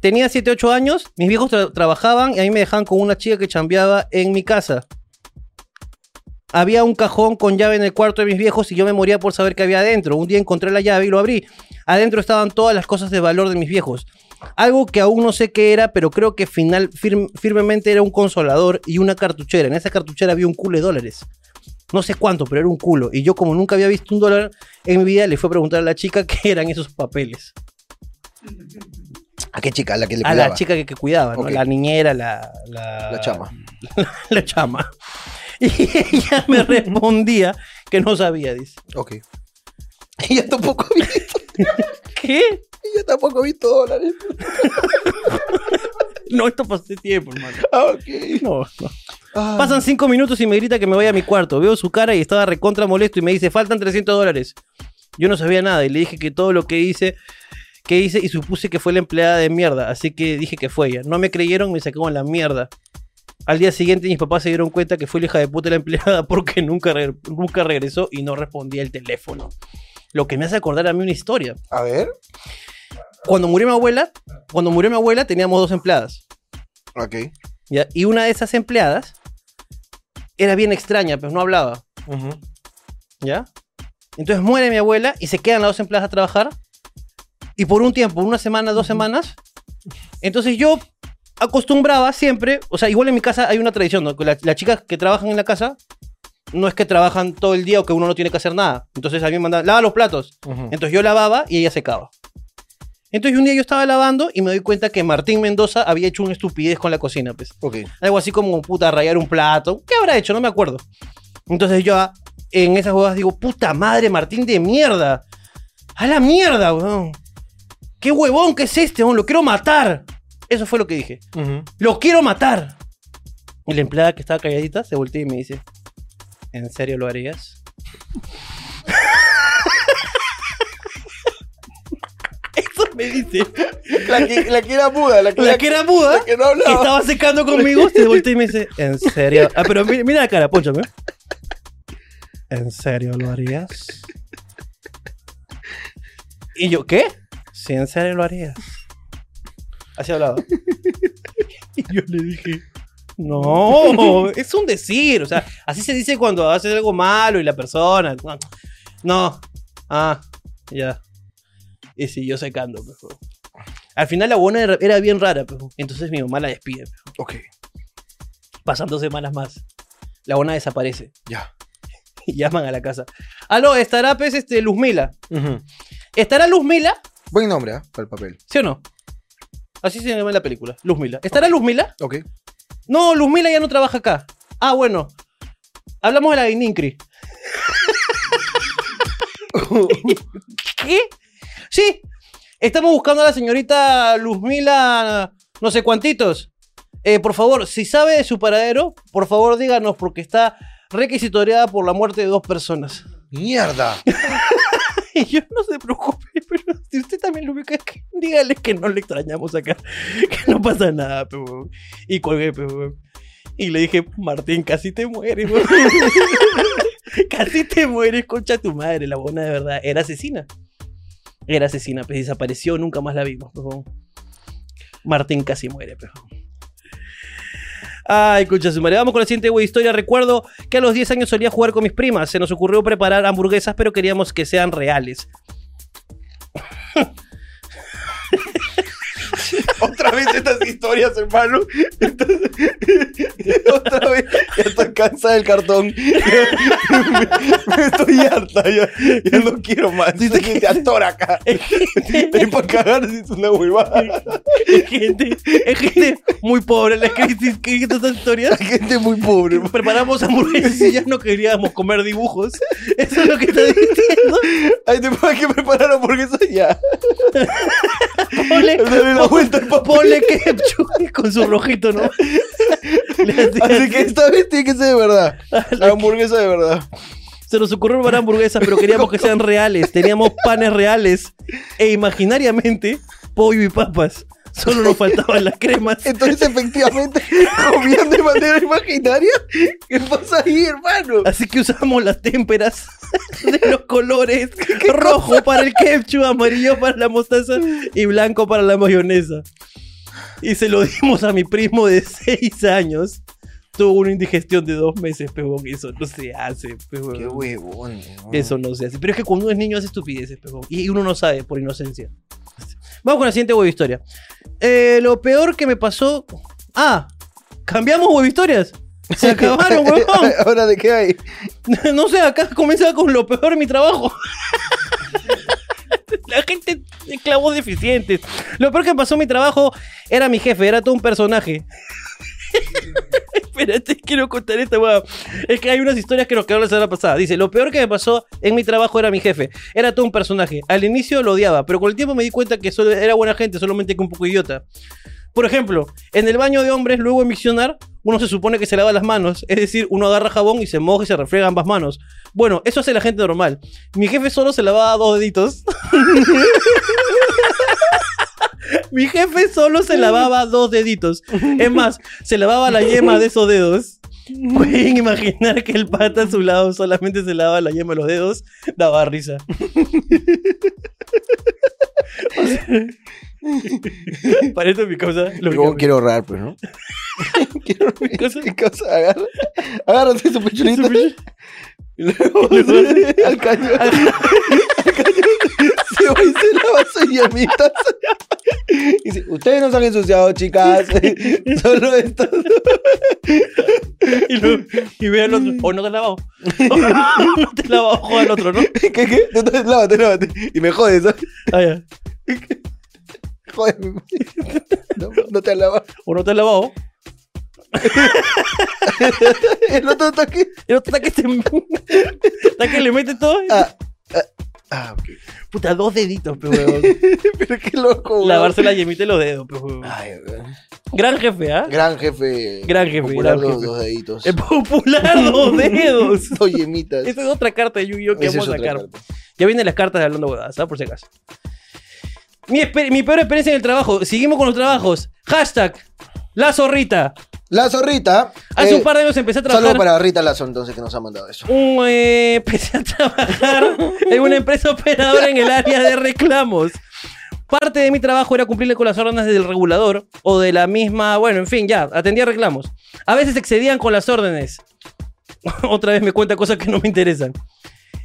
Speaker 1: Tenía 7, 8 años, mis viejos tra- trabajaban y a mí me dejaban con una chica que chambeaba en mi casa. Había un cajón con llave en el cuarto de mis viejos y yo me moría por saber qué había adentro. Un día encontré la llave y lo abrí. Adentro estaban todas las cosas de valor de mis viejos. Algo que aún no sé qué era, pero creo que final, firm- firmemente era un consolador y una cartuchera. En esa cartuchera había un culo de dólares. No sé cuánto, pero era un culo. Y yo, como nunca había visto un dólar en mi vida, le fui a preguntar a la chica qué eran esos papeles.
Speaker 2: ¿A qué chica? ¿A la que le
Speaker 1: A
Speaker 2: cuidaba?
Speaker 1: la chica que, que cuidaba, ¿no?
Speaker 2: Ok.
Speaker 1: La niñera, la, la...
Speaker 2: La chama.
Speaker 1: La chama. Y ella me respondía que no sabía, dice.
Speaker 2: Ok. Ella tampoco vi,
Speaker 1: ¿Qué?
Speaker 2: ella tampoco vi dólares.
Speaker 1: No, esto pasó hace tiempo, hermano.
Speaker 2: Ah, ok.
Speaker 1: No, no.
Speaker 2: Ah.
Speaker 1: Pasan cinco minutos y me grita que me vaya a mi cuarto. Veo su cara y estaba recontra molesto y me dice, faltan 300 dólares. Yo no sabía nada y le dije que todo lo que hice, que hice y supuse que fue la empleada de mierda. Así que dije que fue ella. No me creyeron, me sacaron la mierda. Al día siguiente mis papás se dieron cuenta que fue la hija de puta la empleada porque nunca, re- nunca regresó y no respondía el teléfono. Lo que me hace acordar a mí una historia
Speaker 2: A ver.
Speaker 1: cuando murió mi abuela, cuando murió mi abuela teníamos dos empleadas.
Speaker 2: Ok.
Speaker 1: ¿ya? Y una de esas empleadas era bien extraña, pues no hablaba, ¿ya? Entonces muere mi abuela y se quedan las dos empleadas a trabajar. Y por un tiempo, una semana, dos semanas. Entonces yo acostumbraba siempre, o sea, igual en mi casa hay una tradición, ¿no? Que la- las chicas que trabajan en la casa no es que trabajan todo el día o que uno no tiene que hacer nada. Entonces a mí me mandaban, lava los platos. Entonces yo lavaba y ella secaba. Entonces un día yo estaba lavando y me doy cuenta que Martín Mendoza había hecho una estupidez con la cocina, pues.
Speaker 2: Ok.
Speaker 1: Algo así como, puta, rayar un plato. ¿Qué habrá hecho? No me acuerdo. Entonces yo ah, en esas jugadas digo, puta madre, Martín de mierda. A la mierda, weón. Qué huevón que es este, weón. Lo quiero matar. Eso fue lo que dije. Lo quiero matar. Y la empleada que estaba calladita se voltea y me dice, ¿en serio lo harías? Eso me dice.
Speaker 2: La que, la que era muda, la que,
Speaker 1: La que era muda,
Speaker 2: la que no
Speaker 1: que
Speaker 2: hablaba.
Speaker 1: estaba secando conmigo, se voltea y me dice, ¿en serio? Ah, pero mira, mira la cara, ponchame. ¿En serio lo harías? Y yo, ¿qué? Sí, en serio lo harías. Así hablaba. Y yo le dije, no, es un decir. O sea, así se dice cuando haces algo malo y la persona. No, no. ah, ya. Y siguió secando, pues, weón. Al final la buena era- era bien rara, pues, entonces mi mamá la despide. pues.
Speaker 2: Ok,
Speaker 1: Pasan dos semanas más. La buena desaparece.
Speaker 2: ya.
Speaker 1: Y llaman a la casa. Aló, estará pues este, Luzmila. ¿Estará Luzmila?
Speaker 2: Buen nombre, ¿ah? Para el papel.
Speaker 1: ¿Sí o no? Así se llama en la película. Luzmila. ¿Estará Luzmila?
Speaker 2: Ok.
Speaker 1: No, Luzmila ya no trabaja acá. Ah, bueno. Hablamos de la Inincri. ¿Qué? Sí. Estamos buscando a la señorita Luzmila no sé cuantitos. Eh, por favor, si sabe de su paradero, por favor díganos porque está requisitoriada por la muerte de dos personas.
Speaker 2: ¡Mierda!
Speaker 1: Y yo no se preocupe, pero si usted también lo ubica, que- dígale que no le extrañamos acá, que no pasa nada, pe, weón. Y colgué, pe, weón. Y le dije, Martín, casi te mueres, weón. casi te mueres, concha tu madre. La buena de verdad era asesina. Era asesina, pues desapareció, nunca más la vimos, pe, weón. Martín casi muere, pero. Ay, escucha su madre. Vamos con la siguiente güey, historia. Recuerdo que a los 10 años solía jugar con mis primas. Se nos ocurrió preparar hamburguesas, pero queríamos que sean reales.
Speaker 2: Otra vez estas historias, hermano. Entonces, otra vez. Ya estoy cansada del cartón. me, me estoy harta. Ya, ya no quiero más. Dice que te atora acá. Es para cagar si es una huevada.
Speaker 1: Es gente, es gente muy pobre la crisis que hizo estas historias.
Speaker 2: Hay gente muy pobre, hermano.
Speaker 1: Preparamos hamburguesas y ya no queríamos comer dibujos. Eso es lo que está diciendo.
Speaker 2: Hay te para que preparar hamburguesas ya.
Speaker 1: Ponle,
Speaker 2: Dale la vuelta al papel.
Speaker 1: ponle ketchup con su rojito, ¿no? Le hacía
Speaker 2: Así que esta vez tiene que ser de verdad.
Speaker 1: Ah,
Speaker 2: La hamburguesa de verdad.
Speaker 1: Se nos ocurrió preparar hamburguesas, pero queríamos que sean reales. Teníamos panes reales e imaginariamente pollo y papas. Solo nos faltaban las cremas.
Speaker 2: Entonces, efectivamente, comían de manera imaginaria. ¿Qué pasa ahí, hermano?
Speaker 1: Así que usamos las témperas de los colores. rojo para el ketchup, amarillo para la mostaza y blanco para la mayonesa. Y se lo dimos a mi primo de 6 años. Tuvo una indigestión de dos meses, pebón. Eso no se hace, pebón.
Speaker 2: huevón.
Speaker 1: Eso no se hace. Pero es que cuando uno es niño hace estupideces, pejón. Y uno no sabe por inocencia. Vamos con la siguiente web historia. Eh, lo peor que me pasó. Ah, cambiamos web historias. Se acabaron, huevón.
Speaker 2: ¿Ahora de qué hay?
Speaker 1: No sé, acá comienza con lo peor de mi trabajo. La gente esclavos deficientes. Lo peor que pasó en mi trabajo era mi jefe, era todo un personaje. Espérate, quiero contar esta weá. Es que hay unas historias que nos quedaron la semana pasada. Dice, lo peor que me pasó en mi trabajo era mi jefe. Era todo un personaje. Al inicio lo odiaba, pero con el tiempo me di cuenta que solo era buena gente, solamente que un poco idiota. Por ejemplo, en el baño de hombres, luego de miccionar, uno se supone que se lava las manos. Es decir, uno agarra jabón y se moja y se refriega ambas manos. Bueno, eso hace la gente normal. Mi jefe solo se lavaba dos deditos. Mi jefe solo se lavaba dos deditos. Es más, se lavaba la yema de esos dedos. Pueden imaginar que el pata a su lado solamente se lava la yema de los dedos. Daba risa. O sea, para esto mi causa. Lo
Speaker 2: Yo
Speaker 1: que-
Speaker 2: quiero ahorrar, pues, ¿no? quiero
Speaker 1: mi causa-
Speaker 2: ¿Qué cosa? Agarra, agárrate su pechulita.
Speaker 1: Su pech-
Speaker 2: Y luego al caño. Al caño. Se va y se lava sus llamitas. Y dice, ustedes no se han ensuciado, chicas. Solo estas.
Speaker 1: y, lo, y ve al otro, o no te has lavado. O no te has lavado, joda al otro, ¿no?
Speaker 2: ¿Qué, qué? Entonces, lávate, lávate. Y me jodes, ¿sabes?
Speaker 1: Ah, ya.
Speaker 2: Jódeme. No, no te alaba.
Speaker 1: O no te has lavado.
Speaker 2: El otro toque.
Speaker 1: El otro está que, te, está que le mete todo.
Speaker 2: Ah, ah, ah, ok.
Speaker 1: Puta, dos deditos, pe huevón.
Speaker 2: Pero qué loco, güey.
Speaker 1: Lavarse la yemita y los dedos, pe huevón.
Speaker 2: Ay, güey.
Speaker 1: Gran jefe, ¿ah?
Speaker 2: Ah. Gran jefe.
Speaker 1: Gran jefe,
Speaker 2: Popular
Speaker 1: gran
Speaker 2: los
Speaker 1: jefe.
Speaker 2: dos deditos.
Speaker 1: El popular dos dedos.
Speaker 2: Dos yemitas.
Speaker 1: Esa es otra carta de Yu-Gi-Oh que
Speaker 2: Esa
Speaker 1: vamos a
Speaker 2: es otra
Speaker 1: sacar.
Speaker 2: carta.
Speaker 1: Ya vienen las cartas de hablando huevadas, ¿ah? Por si acaso. Mi, esper- mi peor experiencia en el trabajo. Seguimos con los trabajos. Hashtag. La zorrita.
Speaker 2: La zorrita.
Speaker 1: Hace
Speaker 2: eh,
Speaker 1: Ah, un par de años empecé a trabajar.
Speaker 2: Saludos para Rita Lazo, entonces, que nos ha mandado eso.
Speaker 1: un, eh, empecé a trabajar en una empresa operadora en el área de reclamos. Parte de mi trabajo era cumplirle con las órdenes del regulador o de la misma, bueno, en fin, ya, atendía reclamos. A veces excedían con las órdenes. Otra vez me cuenta cosas que no me interesan.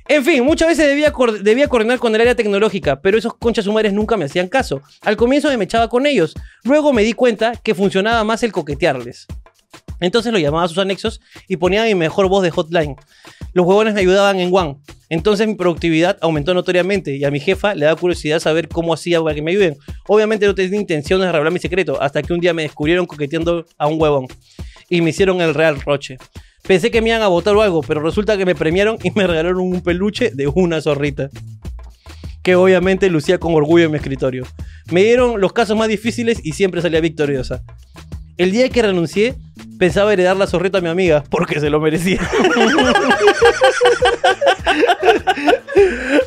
Speaker 1: En fin, muchas veces debía, coor- debía coordinar con el área tecnológica, pero esos conchas sumares nunca me hacían caso. Al comienzo me echaba con ellos, luego me di cuenta que funcionaba más el coquetearles. Entonces lo llamaba a sus anexos y ponía mi mejor voz de hotline. Los huevones me ayudaban en One. Entonces mi productividad aumentó notoriamente y a mi jefa le da curiosidad saber cómo hacía para que me ayuden. Obviamente no tenía intenciones de revelar mi secreto hasta que un día me descubrieron coqueteando a un huevón y me hicieron el real roche. Pensé que me iban a votar o algo, pero resulta que me premiaron y me regalaron un peluche de una zorrita. Que obviamente lucía con orgullo en mi escritorio. Me dieron los casos más difíciles y siempre salía victoriosa. El día que renuncié, pensaba heredar la zorrita a mi amiga porque se lo merecía.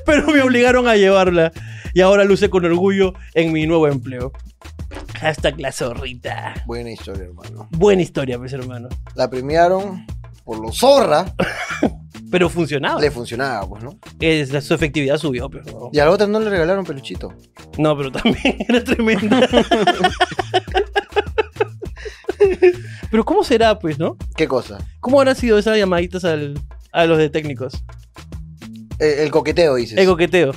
Speaker 1: pero me obligaron a llevarla y ahora luce con orgullo en mi nuevo empleo. Hashtag la zorrita.
Speaker 2: Buena historia, hermano.
Speaker 1: Buena historia, pues hermano.
Speaker 2: La premiaron por lo zorra.
Speaker 1: Pero funcionaba.
Speaker 2: Le funcionaba, pues, ¿no?
Speaker 1: Es- la- su efectividad subió, pero.
Speaker 2: Y a la otra no le regalaron peluchito.
Speaker 1: No, pero también era tremenda. pero ¿cómo será, pues, no?
Speaker 2: ¿Qué cosa?
Speaker 1: ¿Cómo habrán sido esas llamaditas al- a los de técnicos?
Speaker 2: Eh, el coqueteo, dices.
Speaker 1: El coqueteo.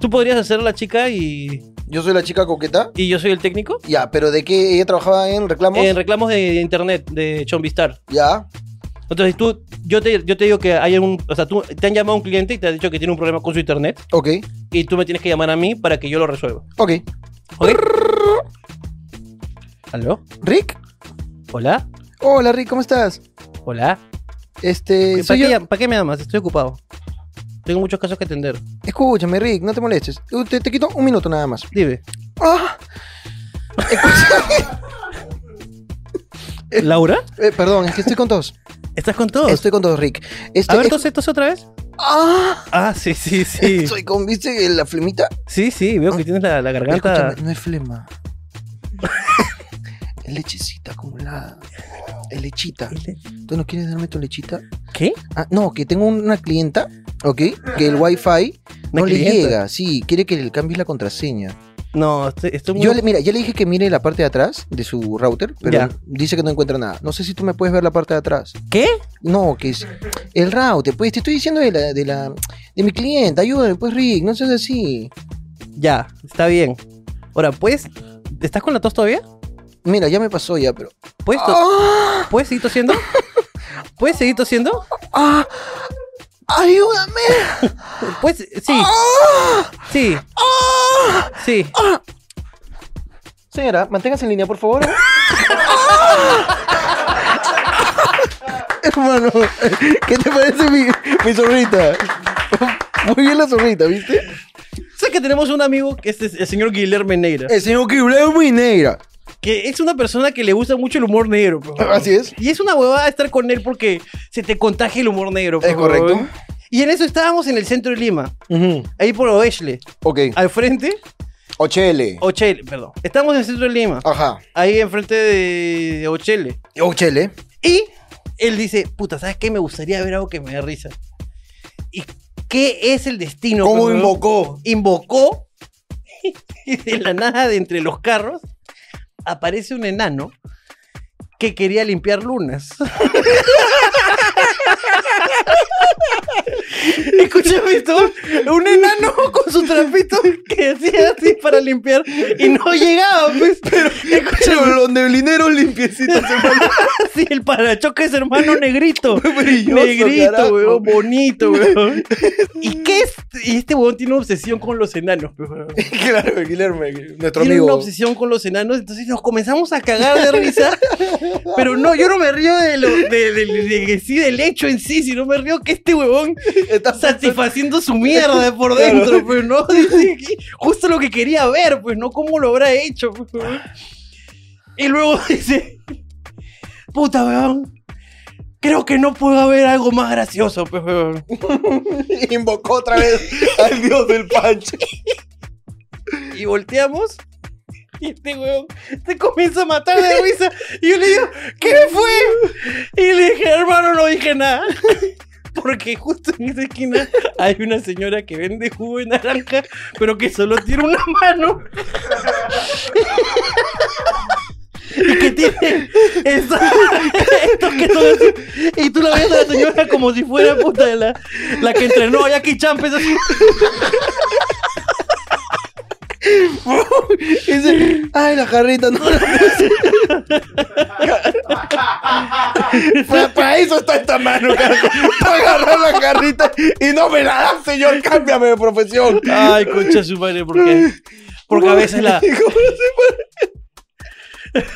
Speaker 1: Tú podrías hacer la chica y,
Speaker 2: Yo soy la chica coqueta.
Speaker 1: y yo soy el técnico.
Speaker 2: Ya, pero ¿de qué ella trabajaba en reclamos?
Speaker 1: En reclamos de internet de Chomvistar.
Speaker 2: Ya.
Speaker 1: Entonces tú, yo te, yo te digo que hay un, o sea, tú te han llamado a un cliente y te ha dicho que tiene un problema con su internet
Speaker 2: Ok.
Speaker 1: y tú me tienes que llamar a mí para que yo lo resuelva.
Speaker 2: Ok.
Speaker 1: ¿Ok? ¿Aló?
Speaker 2: Rick.
Speaker 1: ¿Hola?
Speaker 2: Hola, Rick, ¿cómo estás?
Speaker 1: ¿Hola?
Speaker 2: Este,
Speaker 1: ¿Para
Speaker 2: soy
Speaker 1: qué,
Speaker 2: yo.
Speaker 1: llam- para qué me llamas? Estoy ocupado. Tengo muchos casos que atender.
Speaker 2: Escúchame, Rick, no te molestes. Uh, Te, te quito un minuto nada más.
Speaker 1: Dime.
Speaker 2: Ah. Escúchame. Eh,
Speaker 1: ¿Laura?
Speaker 2: Eh, perdón, es que estoy con todos.
Speaker 1: ¿Estás con todos?
Speaker 2: Estoy con todos, Rick. Este,
Speaker 1: A ver,
Speaker 2: es-
Speaker 1: entonces, entonces otra vez.
Speaker 2: ¡Ah!
Speaker 1: Ah, sí, sí, sí.
Speaker 2: Soy con, ¿viste la flemita?
Speaker 1: Sí, sí, veo que tienes la, la garganta.
Speaker 2: Escúchame, no es flema. es lechecita acumulada. Es lechita. ¿Tú no quieres darme tu lechita?
Speaker 1: ¿Qué?
Speaker 2: Ah, no, que tengo una clienta, ¿ok? Que el wifi no
Speaker 1: Una
Speaker 2: le
Speaker 1: clienta.
Speaker 2: llega. Sí, quiere que le cambies la contraseña.
Speaker 1: No, estoy, estoy muy.
Speaker 2: Yo le, mira, ya le dije que mire la parte de atrás de su router, pero
Speaker 1: Ya.
Speaker 2: dice que no encuentra nada. No sé si tú me puedes ver la parte de atrás.
Speaker 1: ¿Qué?
Speaker 2: No, que es el router. Pues te estoy diciendo de la, de la de mi cliente. Ayúdame, pues Rick, no seas así.
Speaker 1: Ya, está bien. Ahora, pues, ¿estás con la tos todavía?
Speaker 2: Mira, ya me pasó ya, pero.
Speaker 1: ¿Puedes, to-
Speaker 2: ¡Ah!
Speaker 1: ¿puedes seguir tosiendo? ¿Puedes seguir tosiendo?
Speaker 2: ¡Ah! ¡Ayúdame!
Speaker 1: Pues, sí,
Speaker 2: ¡Ah!
Speaker 1: sí,
Speaker 2: ¡Ah!
Speaker 1: sí.
Speaker 2: Señora, manténgase en línea, por favor. Hermano, ¿qué te parece mi, mi zorrita? Muy bien la zorrita, ¿viste?
Speaker 1: Sé que tenemos un amigo que es el señor Guillermo Neira.
Speaker 2: El señor Kibler es muy negra.
Speaker 1: que es una persona que le gusta mucho el humor negro. po.
Speaker 2: Así es.
Speaker 1: Y es una huevada estar con él porque se te contagia el humor negro. po.
Speaker 2: Es correcto.
Speaker 1: Y en eso estábamos en el centro de Lima,
Speaker 2: Ujú.
Speaker 1: ahí por Oesle,
Speaker 2: Ok.
Speaker 1: al frente,
Speaker 2: Ochele.
Speaker 1: Ochele, perdón. Estábamos en el centro de Lima,
Speaker 2: Ajá.
Speaker 1: ahí enfrente de Ochele.
Speaker 2: Ochele.
Speaker 1: Y él dice, puta, ¿sabes qué? Me gustaría ver algo que me dé risa. ¿Y qué es el destino?
Speaker 2: ¿Cómo
Speaker 1: pues, huevón?
Speaker 2: invocó?
Speaker 1: invocó y de la nada de entre los carros aparece un enano que quería limpiar lunas. Escúchame esto, un enano con su trapito que hacía así para limpiar y no llegaba, pues. Pero,
Speaker 2: Pero los neblineros limpiecitos.
Speaker 1: así el parachoques hermano negrito.
Speaker 2: Brilloso,
Speaker 1: negrito,
Speaker 2: carajo.
Speaker 1: weón, bonito, weón. ¿Y qué es? Y este weón tiene una obsesión con los enanos, weón.
Speaker 2: claro, Guillermo, nuestro
Speaker 1: tiene una
Speaker 2: amigo.
Speaker 1: obsesión con los enanos, entonces nos comenzamos a cagar de risa. pero no, yo no me río de lo, de, de- de- de- sí, del hecho en sí, sino me río que este huevón
Speaker 2: Está-
Speaker 1: satisfaciendo su mierda por dentro, pues, ¿no? Dice que Justo lo que quería ver, pues, ¿no? ¿Cómo lo habrá hecho? pues, huevón? Y luego dice, puta, huevón. Creo que no puedo haber algo más gracioso, pues, huevón.
Speaker 2: Invocó otra vez al dios del pancho.
Speaker 1: y volteamos. Y este weón se comienza a matar de risa. Y yo le digo, ¿qué fue? Y le dije, hermano, no dije nada. Porque justo en esa esquina hay una señora que vende jugo de naranja, pero que solo tiene una mano. Y que tiene esa- estos que son así. Y tú la ves a la señora como si fuera puta de la, la que entrenó a Jackie Chan. pues, así.
Speaker 2: Ese- ay, la jarrita, no la puse. para, para eso está esta mano, carajo. Para agarrar la jarrita y no me la das, señor. Cámbiame de profesión.
Speaker 1: Ay, concha su madre, porque, porque a veces la.
Speaker 2: ¿Cómo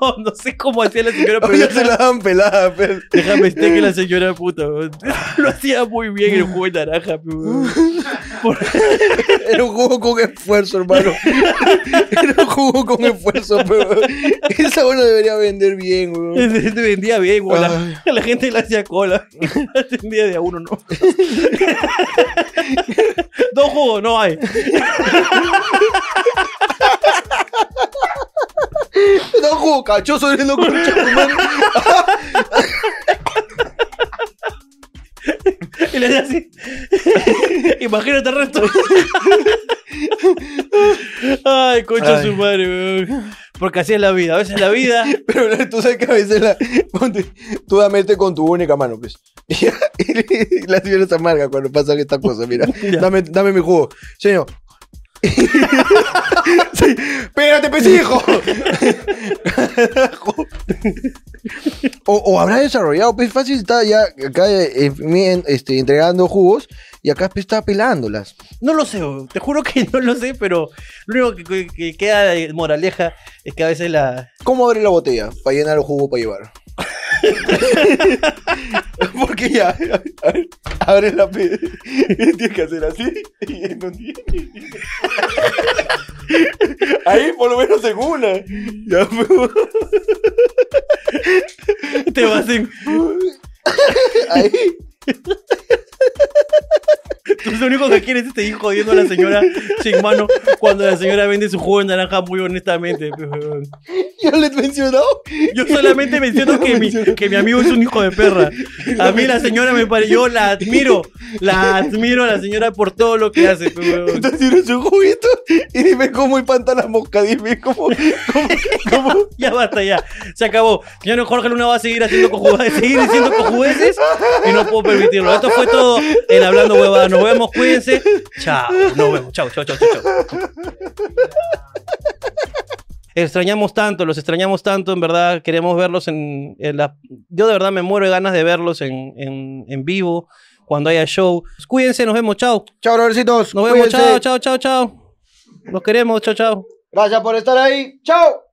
Speaker 1: No, no sé cómo hacía la señora, pero
Speaker 2: Ahora se la dan pelada, pero.
Speaker 1: déjame estar que la señora puta weón, lo hacía muy bien el jugo de naranja. pe, weón. Por-
Speaker 2: Era un jugo con esfuerzo, hermano. Era un jugo con esfuerzo, pero. Esa bueno debería vender bien, weón.
Speaker 1: Te vendía bien, weón.
Speaker 2: Ay.
Speaker 1: La, la gente le hacía cola. La atendía de a uno, no. Dos jugos no hay.
Speaker 2: No, jugo cachoso, eres no concha, hermano.
Speaker 1: Y le hacía así. Imagínate el resto. Ay, concha
Speaker 2: Ay.
Speaker 1: su madre, weón. Porque así es la vida. A veces la vida.
Speaker 2: Pero la- tú sabes que a veces la, ponte, tú dame este con tu única mano, pues. Y, y la señora se amarga cuando pasan estas cosas, mira.
Speaker 1: Ya.
Speaker 2: Dame, dame mi jugo. Señor. Sí, Espérate, pues, hijo. o, o habrá desarrollado, pues fácil está ya acá eh, en- este, entregando jugos y acá pues, está pelándolas.
Speaker 1: No lo sé, weón. te juro que no lo sé, pero lo único que, que- que queda de moraleja es que a veces la.
Speaker 2: ¿Cómo abrir la botella? Para llenar el jugo para llevar. Porque ya, a ver, abre la pe- Tienes que hacer así y en un- Ahí por lo menos en una. Ya, pero-
Speaker 1: Te vas en.
Speaker 2: Ahí.
Speaker 1: Tú lo único que quieres es seguir jodiendo a la señora sin mano cuando la señora vende su jugo de naranja muy honestamente. pe, weón.
Speaker 2: Yo les he mencionado.
Speaker 1: Yo solamente menciono que mi, que mi amigo es un hijo de perra. A mí la señora me parece. Yo la admiro. La admiro a la señora por todo lo que hace. pe, weón.
Speaker 2: Entonces tienes un juguito y dime cómo impanta la mosca. Dime cómo. cómo, cómo-
Speaker 1: Ya basta, ya. Se acabó. Señor Jorge Luna va a seguir haciendo cojudeces, seguir diciendo cojudeces y no puedo permitirlo. Esto fue todo en Hablando Huevadas. Nos vemos, cuídense. Chao. Nos vemos. Chao, chao, chao, chao. chao. Extrañamos tanto, los extrañamos tanto, en verdad. Queremos verlos en, en la... Yo de verdad me muero de ganas de verlos en, en, en vivo, cuando haya show. Cuídense, nos vemos, chao.
Speaker 2: Chao, brothercitos.
Speaker 1: Nos vemos,
Speaker 2: Cuídense.
Speaker 1: chao, chao, chao, chao. Los queremos, chao, chao.
Speaker 2: Gracias por estar ahí. Chao.